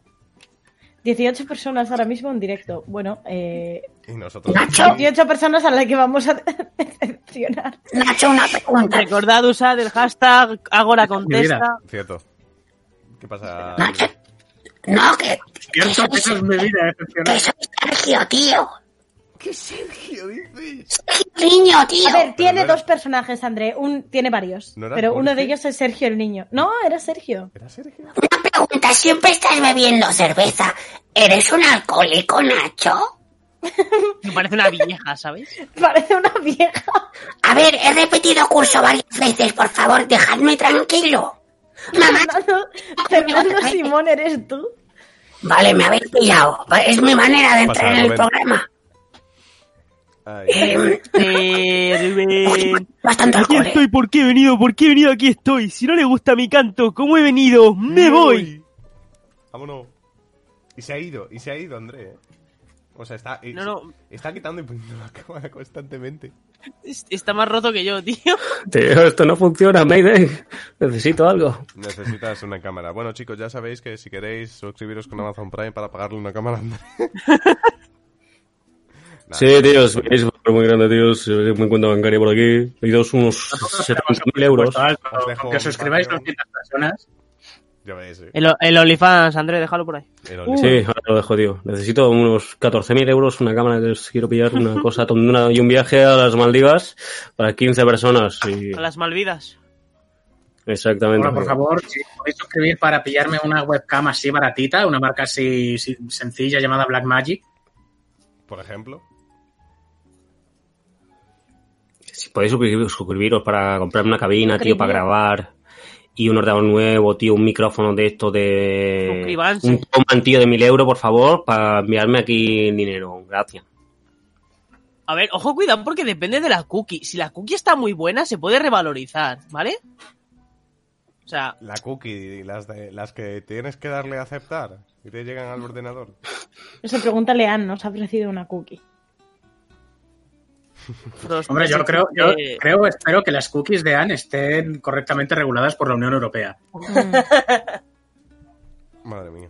18 personas ahora mismo en directo. Bueno, eh, Y nosotros... 18 personas a las que vamos a decepcionar. Nacho, una pregunta. Recordad usar el hashtag Agora Contesta. Cierto. ¿Qué pasa? No, que, Cierto que eso es mi vida ¿eh? que decepcionante. soy Sergio, tío. ¿Qué Sergio dice? Sergio, niño, tío. A ver, tiene no era- dos personajes, André. Un, tiene varios. ¿No era pero uno de Jorge? ellos es Sergio el niño. No, era Sergio. ¿Era Sergio? Una pregunta, siempre estás bebiendo cerveza. ¿Eres un alcohólico, Nacho? Me parece una vieja, ¿sabéis? Parece una vieja. A ver, he repetido curso varias veces, por favor, dejadme tranquilo. Mamá, Fernando, Fernando Simón, eres tú. vale, me habéis pillado. Es mi manera de entrar Pasa, en el Rubén. programa. Ay, Eh, Eh, Rubén. bastante Aquí alcohol. eh. estoy, ¿por qué he venido? ¿Por qué he venido? Aquí estoy. Si no le gusta mi canto, ¿cómo he venido? ¡Me voy! Vámonos. Y se ha ido, y se ha ido, André. ¿eh? O sea, está, y- No, no. está quitando y poniendo la cámara constantemente. Es- Está más roto que yo, tío. Tío, esto no funciona, Mayday. Necesito algo. Necesitas una cámara. Bueno, chicos, ya sabéis que si queréis suscribiros con Amazon Prime para pagarle una cámara a André. Nah, Sí, tíos, es muy grande, tíos. Eh, Mi cuenta bancaria por aquí. Y dos unos 70.000 Pues euros. Alto, Os dejo aunque un pues, suscribáis Patreon. 200 personas. Ya veis, ¿eh? El, el OnlyFans, André, déjalo por ahí. El Sí, OnlyFans. ahora te lo dejo, tío. Necesito unos 14.000 euros, una cámara que os quiero pillar, una cosa tonduna y un viaje a las Maldivas para 15 personas. Y... A las Malvidas. Exactamente. Bueno, por favor, si podéis suscribir para pillarme una webcam así baratita, una marca así, sí, sencilla llamada Blackmagic. Por ejemplo. Si podéis suscribir- suscribiros para comprar una cabina, tío, Suscribir. para grabar. Y un ordenador nuevo, tío, un micrófono de esto de... Suscribanse. Un toman, tío, de 1.000 euros, por favor, para enviarme aquí el dinero. Gracias. A ver, ojo, cuidado, porque depende de la cookie. Si la cookie está muy buena, se puede revalorizar, ¿vale? O sea, La cookie, las, de, las que tienes que darle a aceptar y te llegan al ordenador. Eso pregúntale a Ann, nos ha ofrecido una cookie. Frost- Hombre, yo creo, yo eh, creo, espero que las cookies de Anne estén correctamente reguladas por la Unión Europea. Madre mía.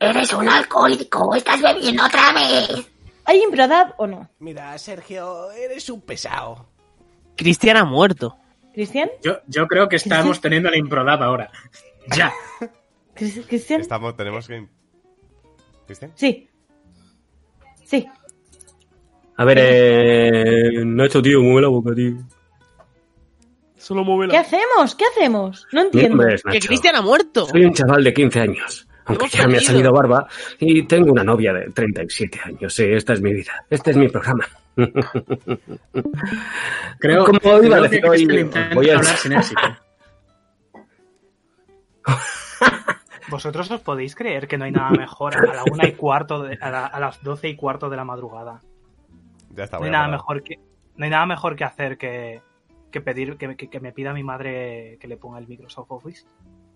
Eres un alcohólico, estás bebiendo otra vez. ¿Hay Improdab o no? Mira, Sergio, eres un pesado. Cristian ha muerto. ¿Cristian? Yo, yo creo que estamos teniendo la improdab ahora. Ya. ¿Cris- ¿Cristian? Estamos, tenemos que... ¿Cristian? Sí. Sí. A ver, eh... Nacho, tío, mueve la boca, tío. Solo mueve ¿Qué hacemos? ¿Qué hacemos? No entiendo. Hombre, es Que Nacho. Cristian ha muerto. Soy un chaval de 15 años, aunque Hemos ya me ha perdido. salido barba, y tengo una novia de 37 años. Sí, esta es mi vida, este es mi programa. Creo, Como iba a creo decir que hoy, Cristian intenta voy a- hablar sin éxito. ¿Vosotros os podéis creer que no hay nada mejor a la una y cuarto de- a, la- a las doce y cuarto de la madrugada? Ya está, No voy hay a nada parar. mejor que no hay nada mejor que hacer que, que pedir que, que- que me pida mi madre que le ponga el Microsoft Office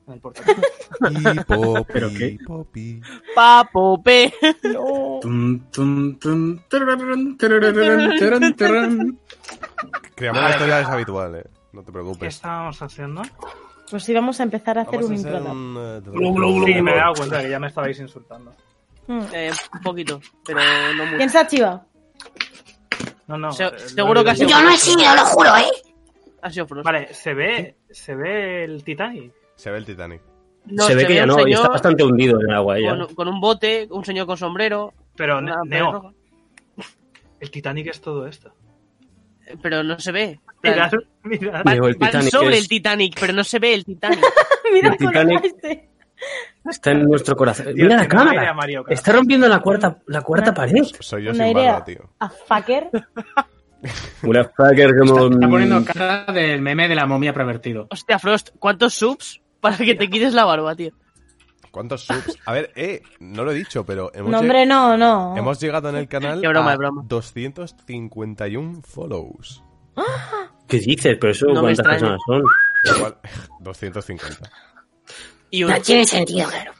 en el portátil. Pues ¿Pero qué? Papo, pe. Tum, tum, tum, tarararán, tarararán, tarán, tarán. Creamos la historia es habitual, eh. No te preocupes. ¿Qué estábamos haciendo? Pues íbamos a empezar a hacer Vamos a un hacer improduct. un, eh, Sí, me he dado cuenta que ya me estabais insultando. Mm. Eh, un poquito, pero no mucho. ¿Quién se ha chivado? No, no. Se- eh, seguro lo que he ha leído. sido Frost. Ha sido Frost. Vale, se ve, se ve el Titanic. Se ve el Titanic. No, se ve se que ve ya un no, y está señor bastante hundido en el agua ya. Con, con un bote, un señor con sombrero. Pero, una Ne- pelirroja. Neo, el Titanic es todo esto. Pero no se ve. Mirad, Plan, mirad. van- Digo, el van Titanic sobre es- el Titanic, pero no se ve el Titanic. el Titanic está en nuestro corazón. Tío, Mira la tiene un aire cámara. a Mario Kart. Está rompiendo la cuarta, la cuarta pared. Soy Una idea a fucker. Una fucker como. Está poniendo cara del meme de la momia pervertido. Hostia, Frost, ¿cuántos subs para que te quites la barba, tío? ¿Cuántos subs? A ver, eh, no lo he dicho, pero hemos, No, lleg- hombre, no, no. hemos llegado en el canal Qué broma, a es broma. 251 follows. ¿Qué dices? Pero eso, No me ¿cuántas extraña. personas son? Igual, 250. Y No tiene sentido, claro.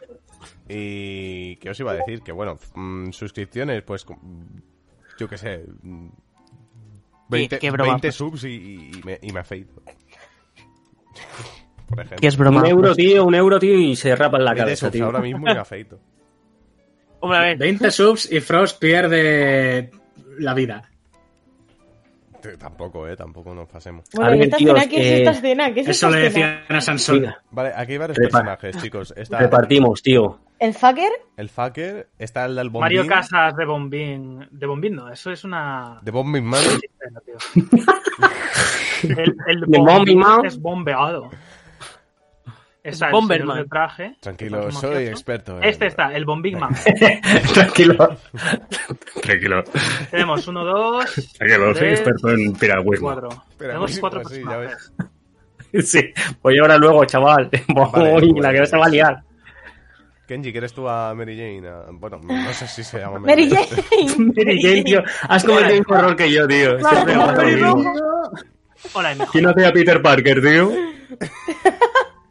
Y qué os iba a decir, que bueno, mm, suscripciones, pues com- yo qué sé, mm, 20, qué broma, 20 pues. subs y, y me, y me afeito. Por ejemplo. ¿Qué es broma? Un euro, tío, un euro, tío, y se rapan la 20 cabeza, subs tío. ahora mismo y me afeito. Hombre, a ver. 20 subs y Frost pierde la vida. T- Tampoco, eh, tampoco nos pasemos. Bueno, A ¿y ver, esta tíos, escena qué es? eh, ¿Esta escena qué es? Eso esta le escena? decían a Sansón. Venga. Vale, aquí hay varios Repa- personajes, chicos. Está Repartimos, tío. ¿El fucker? el fucker, está el del bombín. Mario Casas de Bombín. De Bombín no, eso es una. De bombín man. Bueno, tío. el, el De Bombi Mao. bombín es bombeado. Esa, el Bomberman. señor de traje. Tranquilo, Mafioso. soy experto. en- Este está, el bombín man. Tranquilo. Tranquilo. Tenemos uno, dos. Tranquilo, soy tres, experto en piragüismo. Cuatro. Piragüismo, Tenemos cuatro pues, sí, personajes. Sí, voy ahora luego, chaval. Vale, Voy, pues. la que se va a liar. Kenji, ¿quieres tú a Mary Jane? A- Bueno, no sé si se llama Mary Jane. Mary Jane, tío, has cometido el mismo error que yo, tío. Siempre me pasa lo mismo. Hola, ¿Quién hace a Peter Parker, tío?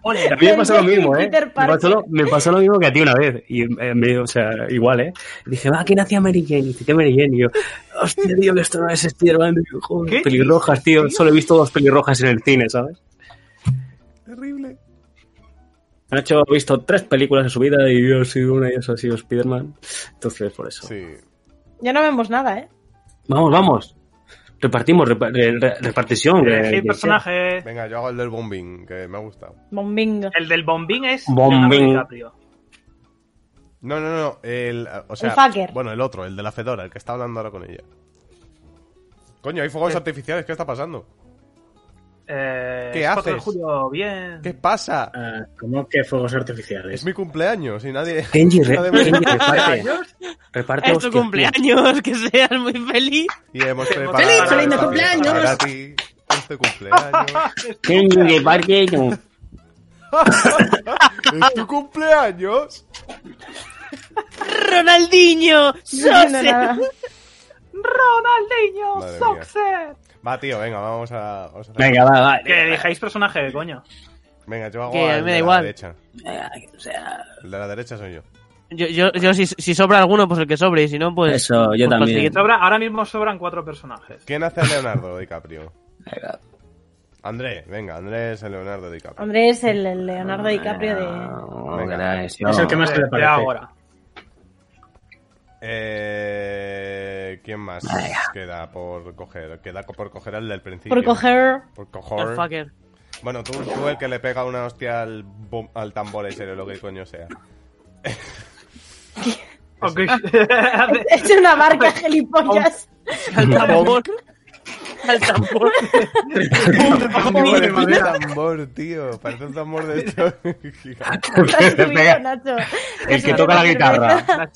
Hola, A mí me pasó lo mismo, ¿eh? Peter Me pasó lo, me pasó lo mismo que a ti una vez. Y, eh, me- o sea, igual, ¿eh? Dije, va, ¿quién hacía Mary Jane? Y dice, ¿qué Mary Jane? Y yo, hostia, tío, que esto no es Spider-Man. tío, joder, Pelirrojas, tío. Solo he visto dos pelirrojas en el cine, ¿sabes? Terrible. Nacho ha visto tres películas en su vida y yo he sido una y eso ha sido Spider-Man. Entonces, por eso. Sí. Ya no vemos nada, ¿eh? Vamos, vamos. Repartimos, repa- re- re- repartición. eh, Elegir que personaje. Venga, yo hago el del bombín, que me ha gustado. Bombingo. El del bombín es Bombín. Leonardo DiCaprio. No, no, no, el... eh, O sea, El fucker. Bueno, el otro, el de la Fedora, el que está hablando ahora con ella. Coño, hay fuegos artificiales, ¿qué está pasando? Eh, ¿Qué es 4 de haces? julio, bien. ¿Qué pasa? Ah, ¿Cómo que fuegos artificiales? Es mi cumpleaños y nadie... Kenji, re- nadie me- Kenji, reparte. Es reparte tu hostias, tío. cumpleaños, que seas muy feliz. Y hemos preparado... ¡Feliz, feliz para- cumpleaños! Para ti, este cumpleaños. Kenji, reparte. tío. ¡Es tu cumpleaños! Ronaldinho, Sose. nada. Ronaldinho, Madre mía. Soxer. Va, tío, venga, vamos a... vamos a hacer- Venga, va, va. Que elijáis personaje, coño. Venga, yo hago Que a al mí me da de la igual. derecha. El de la derecha soy yo. Yo, yo, yo si, si sobra alguno, pues el que sobre, y si no, pues. Eso, yo pues también. consiguiente. Sobra- ahora mismo sobran cuatro personajes. ¿Quién hace a Leonardo DiCaprio? André, venga, Andrés es el Leonardo DiCaprio. Hombre, es el, el Leonardo DiCaprio Ah, de... Oh, Venga. Es el que más te Eh, le de parece. ahora. Eh, ¿Quién más queda por coger? Queda co- por coger al del principio. Por coger... Por El coger. fucker. Bueno, tú, tú el que le pega una hostia al, bom- al tambor ese, lo que coño sea. Ok. Es una barca, gilipollas. Al tambor. Al tambor. Tambor, le pone tambor, tío. Parece un tambor de esto. gigante. Estás subido, Pega. Nacho. El que Eso toca no la sirve. guitarra.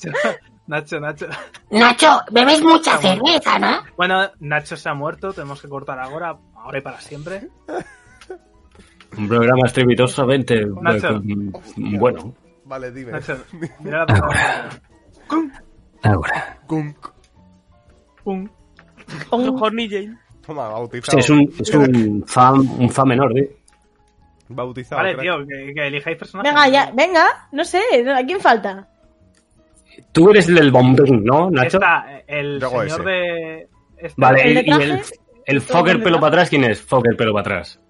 Nacho, Nacho, Nacho. Nacho, bebes mucha cerveza, ¿no? Bueno, Nacho se ha muerto, tenemos que cortar ahora, ahora y para siempre. Un programa estrepitosamente. Nacho. Bueno. Vale, dime. Nacho, mira la palabra. Ahora. Pum. Horny Jane. Toma, bautizado. Hostia, es un, es un fa, un fa menor, ¿eh? Bautizado. Vale, crack. tío, que, que elijáis personajes. Venga, ya, venga, no sé, ¿a quién falta? Tú eres el del bombón, ¿no, Nacho? Está el Luego señor ese. de. este- Vale, y- y el, el fucker pelo para atrás, ¿quién es? Fucker pelo para atrás.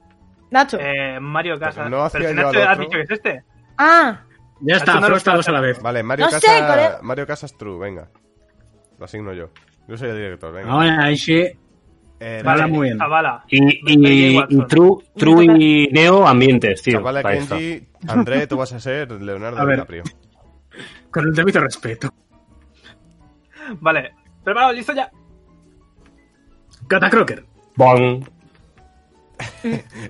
Nacho. Eh, Mario Casas. no hacía Pero si yo al Nacho has otro. dicho que es este. Ah, Ya está, fueron todos a la vez. Vale, Mario No sé, Casas. colega. Mario Casas True, venga. Lo asigno yo. Yo soy el director, venga. Ahora, ahí sí. Eh, Ah. Vale, Nacho. muy bien. Zavala. Y, y, y True, True y Neo, ambientes, tío. Zavala, para esto. Kenji, André, tú vas a ser Leonardo A ver. DiCaprio. Con el debido respeto. Vale. Preparado, listo ya. Cata Crocker. Bon.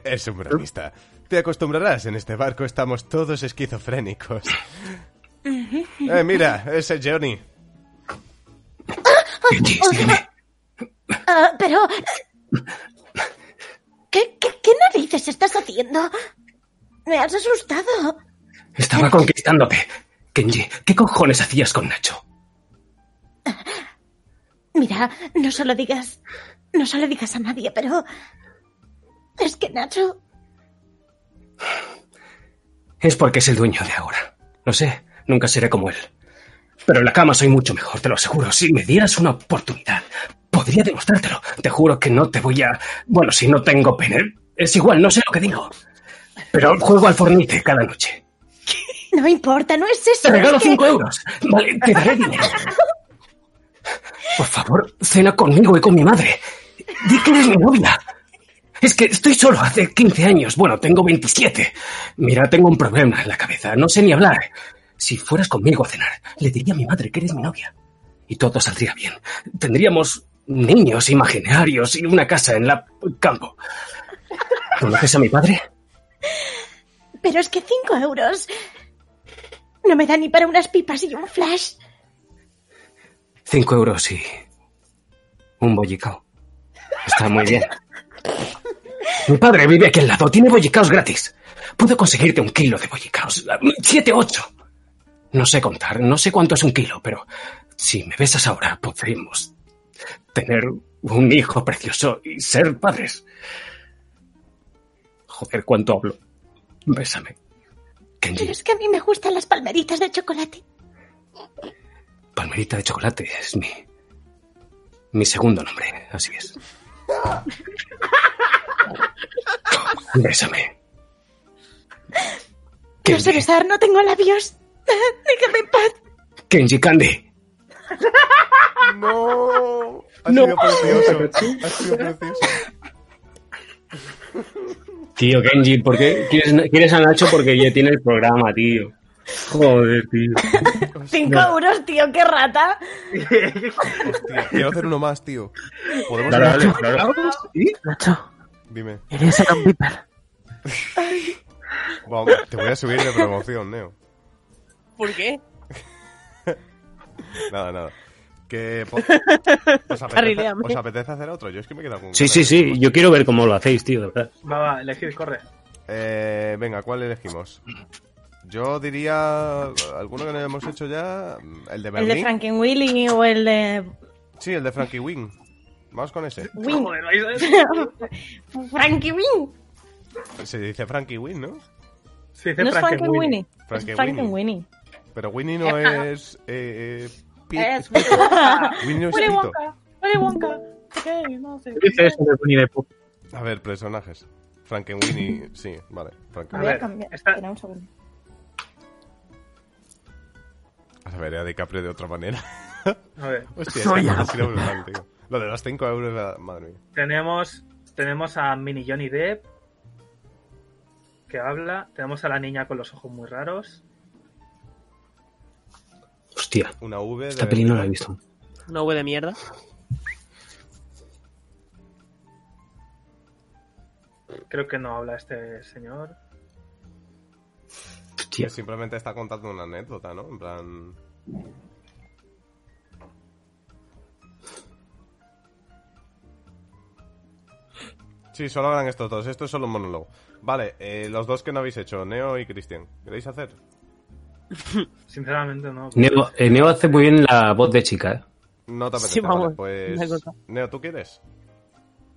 Es un bromista. Te acostumbrarás, en este barco estamos todos esquizofrénicos. Eh, mira, ese Johnny. Ah, pero... eh, ¿Qué, qué, qué narices estás haciendo? Me has asustado. Estaba conquistándote. Kenji, ¿qué cojones hacías con Nacho? Mira, no se lo digas... No se lo digas a nadie, pero... Es que Nacho... Es porque es el dueño de ahora. Lo sé, nunca seré como él. Pero en la cama soy mucho mejor, te lo aseguro. Si me dieras una oportunidad, podría demostrártelo. Te juro que no te voy a... Bueno, si no tengo pene, es igual, no sé lo que digo. Pero juego al fornite cada noche. No importa, no es eso. Te regalo es que- 5 euros. Vale, te daré dinero. Por favor, cena conmigo y con mi madre. Di que eres mi novia. Es que estoy solo hace 15 años. Bueno, tengo 27. Mira, tengo un problema en la cabeza. No sé ni hablar. Si fueras conmigo a cenar, le diría a mi madre que eres mi novia. Y todo saldría bien. Tendríamos niños imaginarios y una casa en la campo. ¿Conoces a mi padre? e- Pero es que 5 euros... No me da ni para unas pipas y un flash. Cinco euros y un bollicao. Está muy bien. Mi padre vive aquí al lado, tiene bollicaos gratis. Puedo conseguirte un kilo de bollicaos. Siete, ocho. No sé contar, no sé cuánto es un kilo, pero si me besas ahora, podremos tener un hijo precioso y ser padres. Joder, cuánto hablo. Bésame. Pero Kenji, es que a mí me gustan las palmeritas de chocolate. palmerita de chocolate es mi. mi segundo nombre, así es. Bésame. No sé besar, no tengo labios. Déjame en paz. Kenji Candy. No. Ha No. sido precioso. Ha sido precioso. Tío, Kenji, ¿por qué quieres, quieres a Nacho? Porque ya tiene el programa, tío. Joder, tío. 5 euros, tío, qué rata. Hostia, quiero hacer uno más, tío. ¿Podemos Dale, hacer- dale, dale. Nacho, Dime. eres Adam Piper. Vamos, te voy a subir de promoción, Neo. ¿Por qué? Nada, nada. Que po- ¿Os apetece, Carrileame. os apetece hacer otro? Yo es que me he quedado con Sí, ganas. sí, sí. Yo quiero ver cómo lo hacéis, tío, de verdad. Va, va, elegid, corre. Eh, venga, ¿cuál elegimos? Yo diría alguno que no hemos hecho ya, el de El Berlín. de Frankenwilly o el de Sí, el de Frankie Wing. Vamos con ese. Wing. Frankie Wing. Se dice Frankie Wing, ¿no? Se No es Frankenweenie. Frankie Es Frankenweenie. Pero Winnie no es. Eh, eh, pie- Es Willy Wonka. Winnie no es Willy pito. Wonka. Willy Wonka. Ok, no sé. A ver, personajes. Frankenweenie, sí, vale. A Frankenweenie. ver, cambia. Espera un segundo. A ver, a DiCaprio de otra manera. A ver. Hostia, es que ha sido brutal, tío. Lo de los 5 euros, la- madre mía. Tenemos, tenemos a Mini Johnny Depp que habla. Tenemos a la niña con los ojos muy raros. Hostia. Una V de. Esta peli no la he visto. Una V de mierda. Creo que no habla este señor. Que simplemente está contando una anécdota, ¿no? En plan. Sí, solo hablan estos dos. Esto es solo un monólogo. Vale, eh, los dos que no habéis hecho, Neo y Cristian. ¿Queréis hacer? Sinceramente, no. Neo, eh, Neo hace muy bien la voz de chica, ¿eh? No te apetece. Sí, vamos, vale, me he pues. cortado. Neo, ¿tú quieres?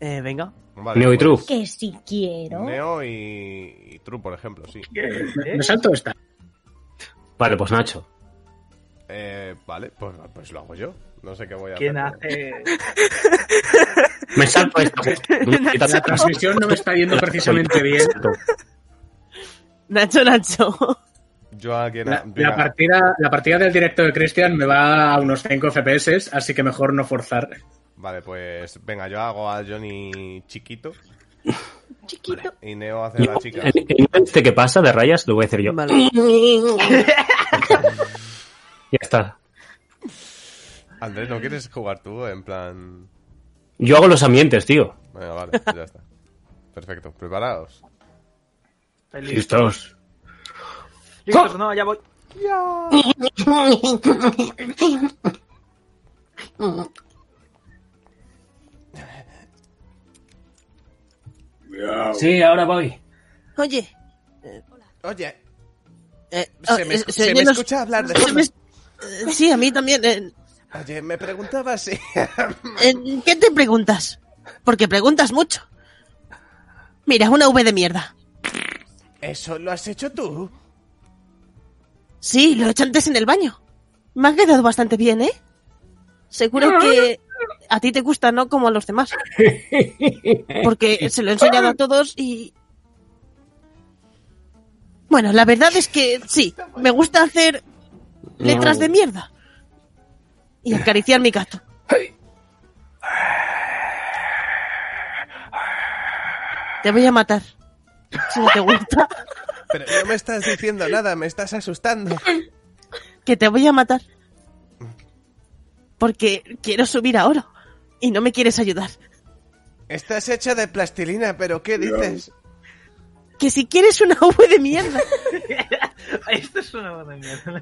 Eh, venga. Vale, Neo y pues, True. Que si quiero. Neo y, y True, por ejemplo, sí. Me, ¿Eh? me salto esta. Vale, pues Nacho. Eh, vale, pues, pues lo hago yo. No sé qué voy a ¿Quién hace...? hacer. Me salto esta. La transmisión no me está yendo precisamente bien. Nacho, Nacho. Yo a quien. La, venga. la partida, la partida del directo de Christian me va a unos 5 FPS, así que mejor no forzar. Vale, pues venga, yo hago a Johnny chiquito. Chiquito. Y Neo hace a Neo, la chica. el, el Neo este que pasa de rayas lo voy a hacer yo. Ya está. Andrés, ¿no quieres jugar tú? En plan. Yo hago los ambientes, tío. Venga, vale, pues ya está. Perfecto, preparados. Listos. Listos, no, ya voy. Sí, ahora voy. Oye. Oye, eh, Ah, se me, eh, escu- se se me oyen los- escucha hablar de se me es- eh, Sí, a mí también. eh, Oye, me preguntaba si... eh, ¿Qué te preguntas? Porque preguntas mucho. Mira, una V de mierda. ¿Eso lo has hecho tú? Sí, lo he hecho antes en el baño. Me ha quedado bastante bien, ¿eh? Seguro que a ti te gusta, ¿no? Como a los demás. Porque se lo he enseñado a todos y... Bueno, la verdad es que sí, me gusta hacer letras de mierda. Y acariciar mi gato. Te voy a matar. Si no te gusta, Pero no me estás diciendo nada, me estás asustando. que te voy a matar. Porque quiero subir a oro. Y no me quieres ayudar. Estás hecha de plastilina, pero ¿qué dices? Que si quieres una V de mierda. Esto es una voz de mierda.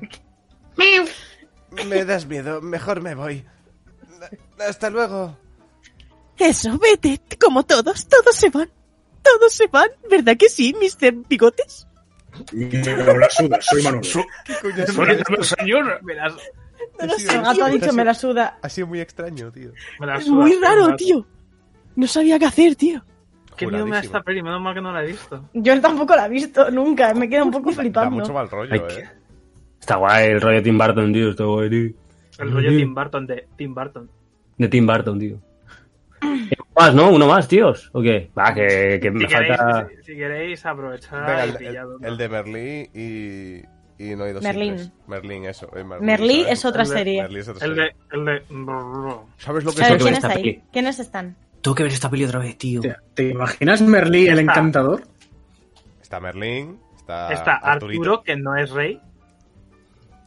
Me das miedo, mejor me voy. Hasta luego. Eso, vete, como todos, todos se van. Todos se van, ¿verdad que sí, Mr. Bigotes? Me la suda, soy Manolo. señor. Me la, El gato ha dicho, me la suda. Ha sido muy extraño, tío. me la Es suda, muy raro, gato. tío. No sabía qué hacer, tío. Qué miedo me da esta Juradísimo. peli, menos mal que no la he visto. Yo tampoco la he visto nunca, me queda un poco Da flipando. mucho mal rollo, eh. Está guay el rollo Tim Burton, tío. Está guay, tío. Mm. El rollo Tim Burton de Tim Burton. De Tim Burton, tío. Eh, Más, ¿no? Uno más, tíos. ¿O qué? Va, que, que Si me queréis, falta. si, si queréis aprovechar Venga, y el, pillado, el- el de Merlí y. Y no hay dos Merlín. simples. Merlín, eso. eh, Merlí ¿sabes? es otra Merlí- serie. Merlí es otra El serie. de. El de. ¿Sabes lo que A ver, es ¿quiénes esta ahí? peli? ¿Quiénes están? Tengo que ver esta peli otra vez, tío. ¿Te imaginas Merlí el encantador? Está Merlín, está, Está Ah, Arturito. Arturo, que no es rey.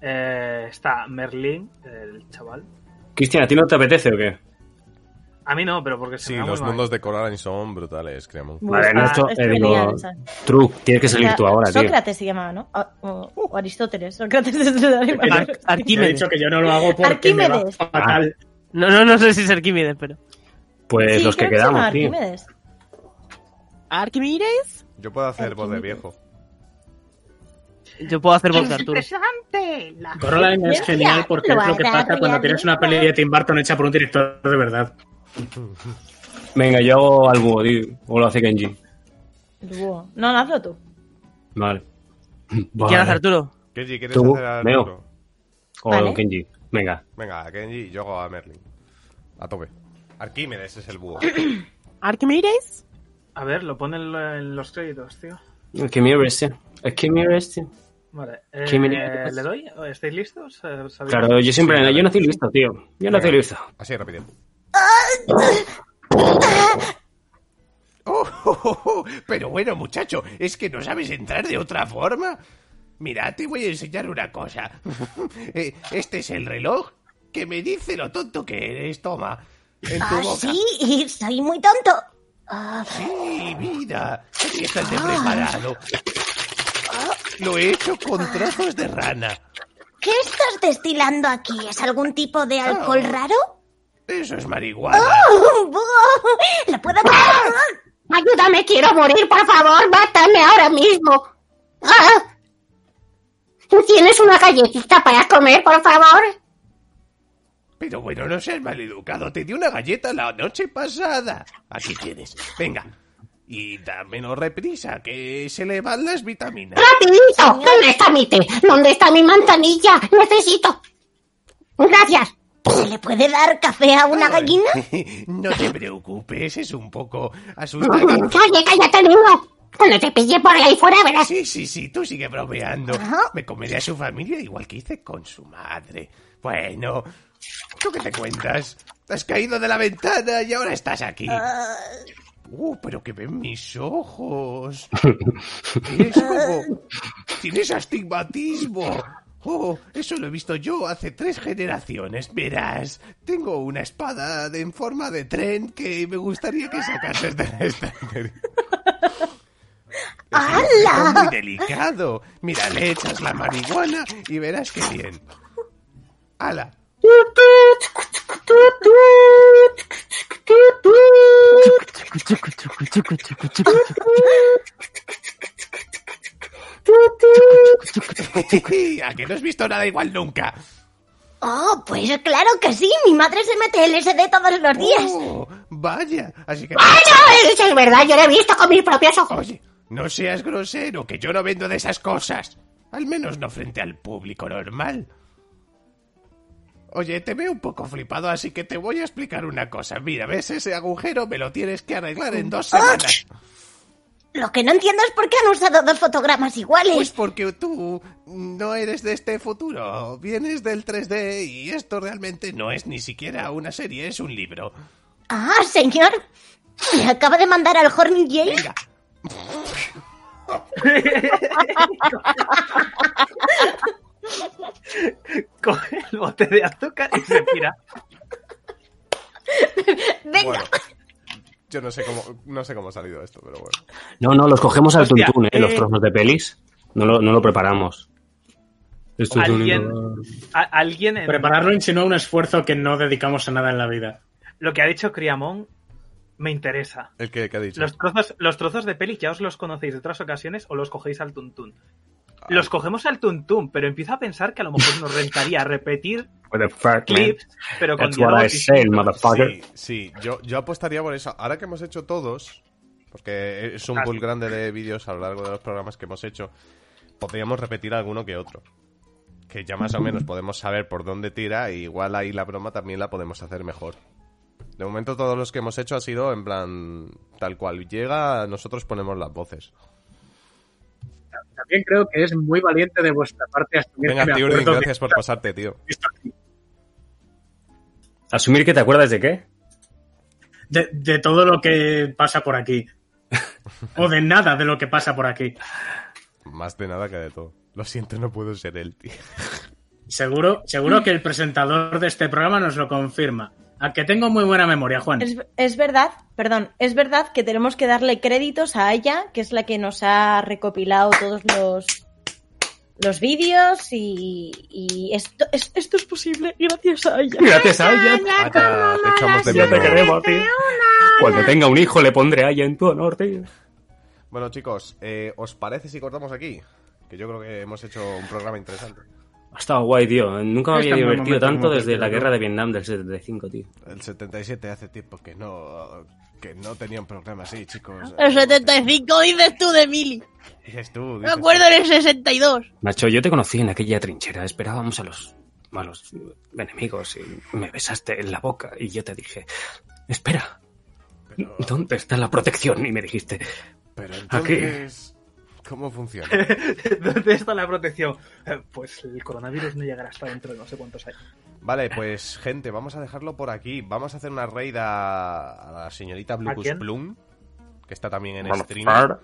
Eh, está Merlín, el chaval. Cristian, ¿a ti no te apetece o qué? A mí no, pero porque se Sí, me da muy los mal. mundos de Coraline son brutales, creemos. Vale, no, esto, es eh, genial, digo. esa. True, tienes que O salir sea, tú ahora, tío. Sócrates se llamaba, ¿no? O, o- Uh. o Aristóteles. Sócrates es de Ar- Te he Arquímedes. dicho que yo no lo hago porque me va Arquímedes. fatal. No, no, no sé si es Arquímedes, pero. Pues los que quedamos, tío. Arquímedes. ¿Arquímedes? Yo puedo hacer voz de viejo. Yo puedo hacer voz de Arturo. Interesante. La Coraline es ciencia genial porque lo es lo que hará pasa cuando realista. tienes una peli de Tim Burton hecha por un director de verdad. Venga, yo hago al búho, tío. O lo hace Kenji. El búho. No, no, hazlo tú. Vale. ¿Y quién hace Arturo? Kenji, ¿quieres Tú, hacer a Neo. Arturo? O Vale. Kenji. Venga. Venga, a Kenji y yo hago a Merlin. A tope. Arquímedes es el búho. ¿Arquímedes? A ver, lo ponen en lo- en los créditos, tío. Que me reste. Que me reste. Vale. eh, ¿Qué mira? ¿Le doy? ¿Estáis listos? Eh, ¿sabéis? Claro, yo siempre. Yo nací listo, tío. Yo nací listo. Así rápido. Oh, oh, oh, oh, Pero bueno, muchacho, ¿es que no sabes entrar de otra forma? Mira, te voy a enseñar una cosa. Eh, Este es el reloj que me dice lo tonto que eres. Toma, en tu Ah, boca. sí, soy muy tonto. Ah, Sí, mira, aquí estás de preparado. Lo he hecho con trozos de rana. ¿Qué estás destilando aquí? ¿Es algún tipo de alcohol Ah. raro? Eso es marihuana. ¡Oh, búho! ¡Lo puedo parar! Ayúdame, quiero morir, por favor, mátame ahora mismo. ¡Ah! ¿Tú tienes una galletita para comer, por favor? Pero bueno, no seas maleducado. Te di una galleta la noche pasada. Aquí tienes. Venga. Y dame no reprisa, que se le van las vitaminas. ¡Rapidito! ¿Dónde está mi té? ¿Dónde está mi manzanilla? Necesito. Gracias. ¿Se le puede dar café a una gallina? No te preocupes, es un Oh, poco asustador. Oye, cállate, niño. Cuando te pillé por ahí fuera, verás. Sí, sí, sí, tú sigue bromeando. Me comeré a su familia igual que hice con su madre. Bueno, ¿tú qué te cuentas? Te has caído de la ventana y ahora estás aquí. Uh, pero que ven mis ojos. Eres como- Tienes astigmatismo. Oh, eso lo he visto yo hace tres generaciones. Verás, tengo una espada de- en forma de tren que me gustaría que sacases de la estantería. Es muy delicado. Mira, le echas la marihuana y verás qué bien. ¡Hala! ¿A Ah, que no has visto nada igual nunca? Oh, pues claro que sí. Mi madre se mete LSD todos los días. Oh, vaya, así que... ¡Ah! ¡Bueno! Eso es verdad, yo lo he visto con mis propios ojos. No seas grosero, que yo no vendo de esas cosas. Al menos no frente al público normal. Oye, te veo un poco flipado, así que te voy a explicar una cosa. Mira, ¿ves ese agujero? Me lo tienes que arreglar en Ah. dos semanas. Lo que no entiendo es por qué han usado dos fotogramas iguales. Pues porque tú no eres de este futuro, vienes del 3D y esto realmente no es ni siquiera una serie, es un libro. Ah, señor. Me acaba de mandar al Horny Yale. Coge el bote de azúcar y se tira. Venga. Bueno, yo no sé cómo, no sé cómo ha salido esto, pero bueno. No, no, los cogemos al Hostia, tuntún, ¿eh? eh. Los trozos de pelis. No lo, no lo preparamos. Esto es un Alguien- A- alguien en- Prepararlo insinúa un esfuerzo que no dedicamos a nada en la vida. Lo que ha dicho Criamón me interesa. ¿El que, ha dicho? Los trozos, los trozos de peli ya os los conocéis de otras ocasiones o los cogéis al tuntún. Los cogemos al tuntún, pero empiezo a pensar que a lo mejor nos rentaría repetir What the fuck, man? clips, pero con That's what I diálogos say, distintos. motherfucker. Sí, yo, yo apostaría por eso. Ahora que hemos hecho todos, porque es un pool grande de vídeos a lo largo de los programas que hemos hecho, podríamos repetir alguno que otro. Que ya más o menos podemos saber por dónde tira, y igual ahí la broma también la podemos hacer mejor. De momento todos los que hemos hecho ha sido en plan tal cual llega, nosotros ponemos las voces. También creo que es muy valiente de vuestra parte asumir Venga, que me Tiurdin, acuerdo de- gracias por pasarte, tío. ¿Asumir que te acuerdas de qué? de, de todo lo que pasa por aquí. o de nada de lo que pasa por aquí. Más de nada que de todo. Lo siento, no puedo ser él, tío. Seguro, seguro que el presentador de este programa nos lo confirma. A que tengo muy buena memoria, Juan. Es, es verdad, perdón, es verdad que tenemos que darle créditos a ella, que es la que nos ha recopilado todos los, los vídeos y, y esto, es- esto es posible gracias a ella. Gracias a ella. Ata, te echamos de Ya te menos. queremos, tío. Cuando tenga un hijo le pondré a ella en tu honor, tío. Bueno, chicos, eh, ¿os parece si cortamos aquí? Que yo creo que hemos hecho un programa interesante. Ha estado guay, tío. Nunca me Está había en divertido buen momento, tanto como desde la prefiero. guerra de Vietnam del 75, tío. El 77 hace tiempo que no que no tenía un programa así, chicos. El 75 dices tú de Mili. Dices tú, Me dices acuerdo en el 62. Macho, yo te conocí en aquella trinchera. Esperábamos a los malos enemigos y me besaste en la boca y yo te dije, espera, ¿dónde está la protección? Y me dijiste, Pero entonces, ¿Cómo funciona? ¿Dónde está la protección? Eh, Pues el coronavirus no llegará hasta dentro de no sé cuántos años. Vale, pues gente, vamos a dejarlo por aquí. Vamos a hacer una raid a, a la señorita Blucus quién? Plum, que está también en Vamos, stream. par.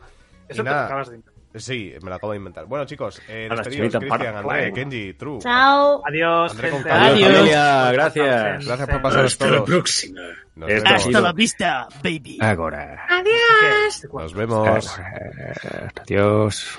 Y Eso te lo nada, acabas de Sí, me lo acabo de inventar. Bueno, chicos, eh, A la despedidos, señorita par- Cristian, André, par- Kenji, True. Chao. Adiós, André con gente. K. Adiós. Familia, Gracias. Gracias por pasaros Hasta la todos. próxima. Nos Esto vemos. ha sido- vista, baby. Agora. Adiós. Nos vemos. Adiós.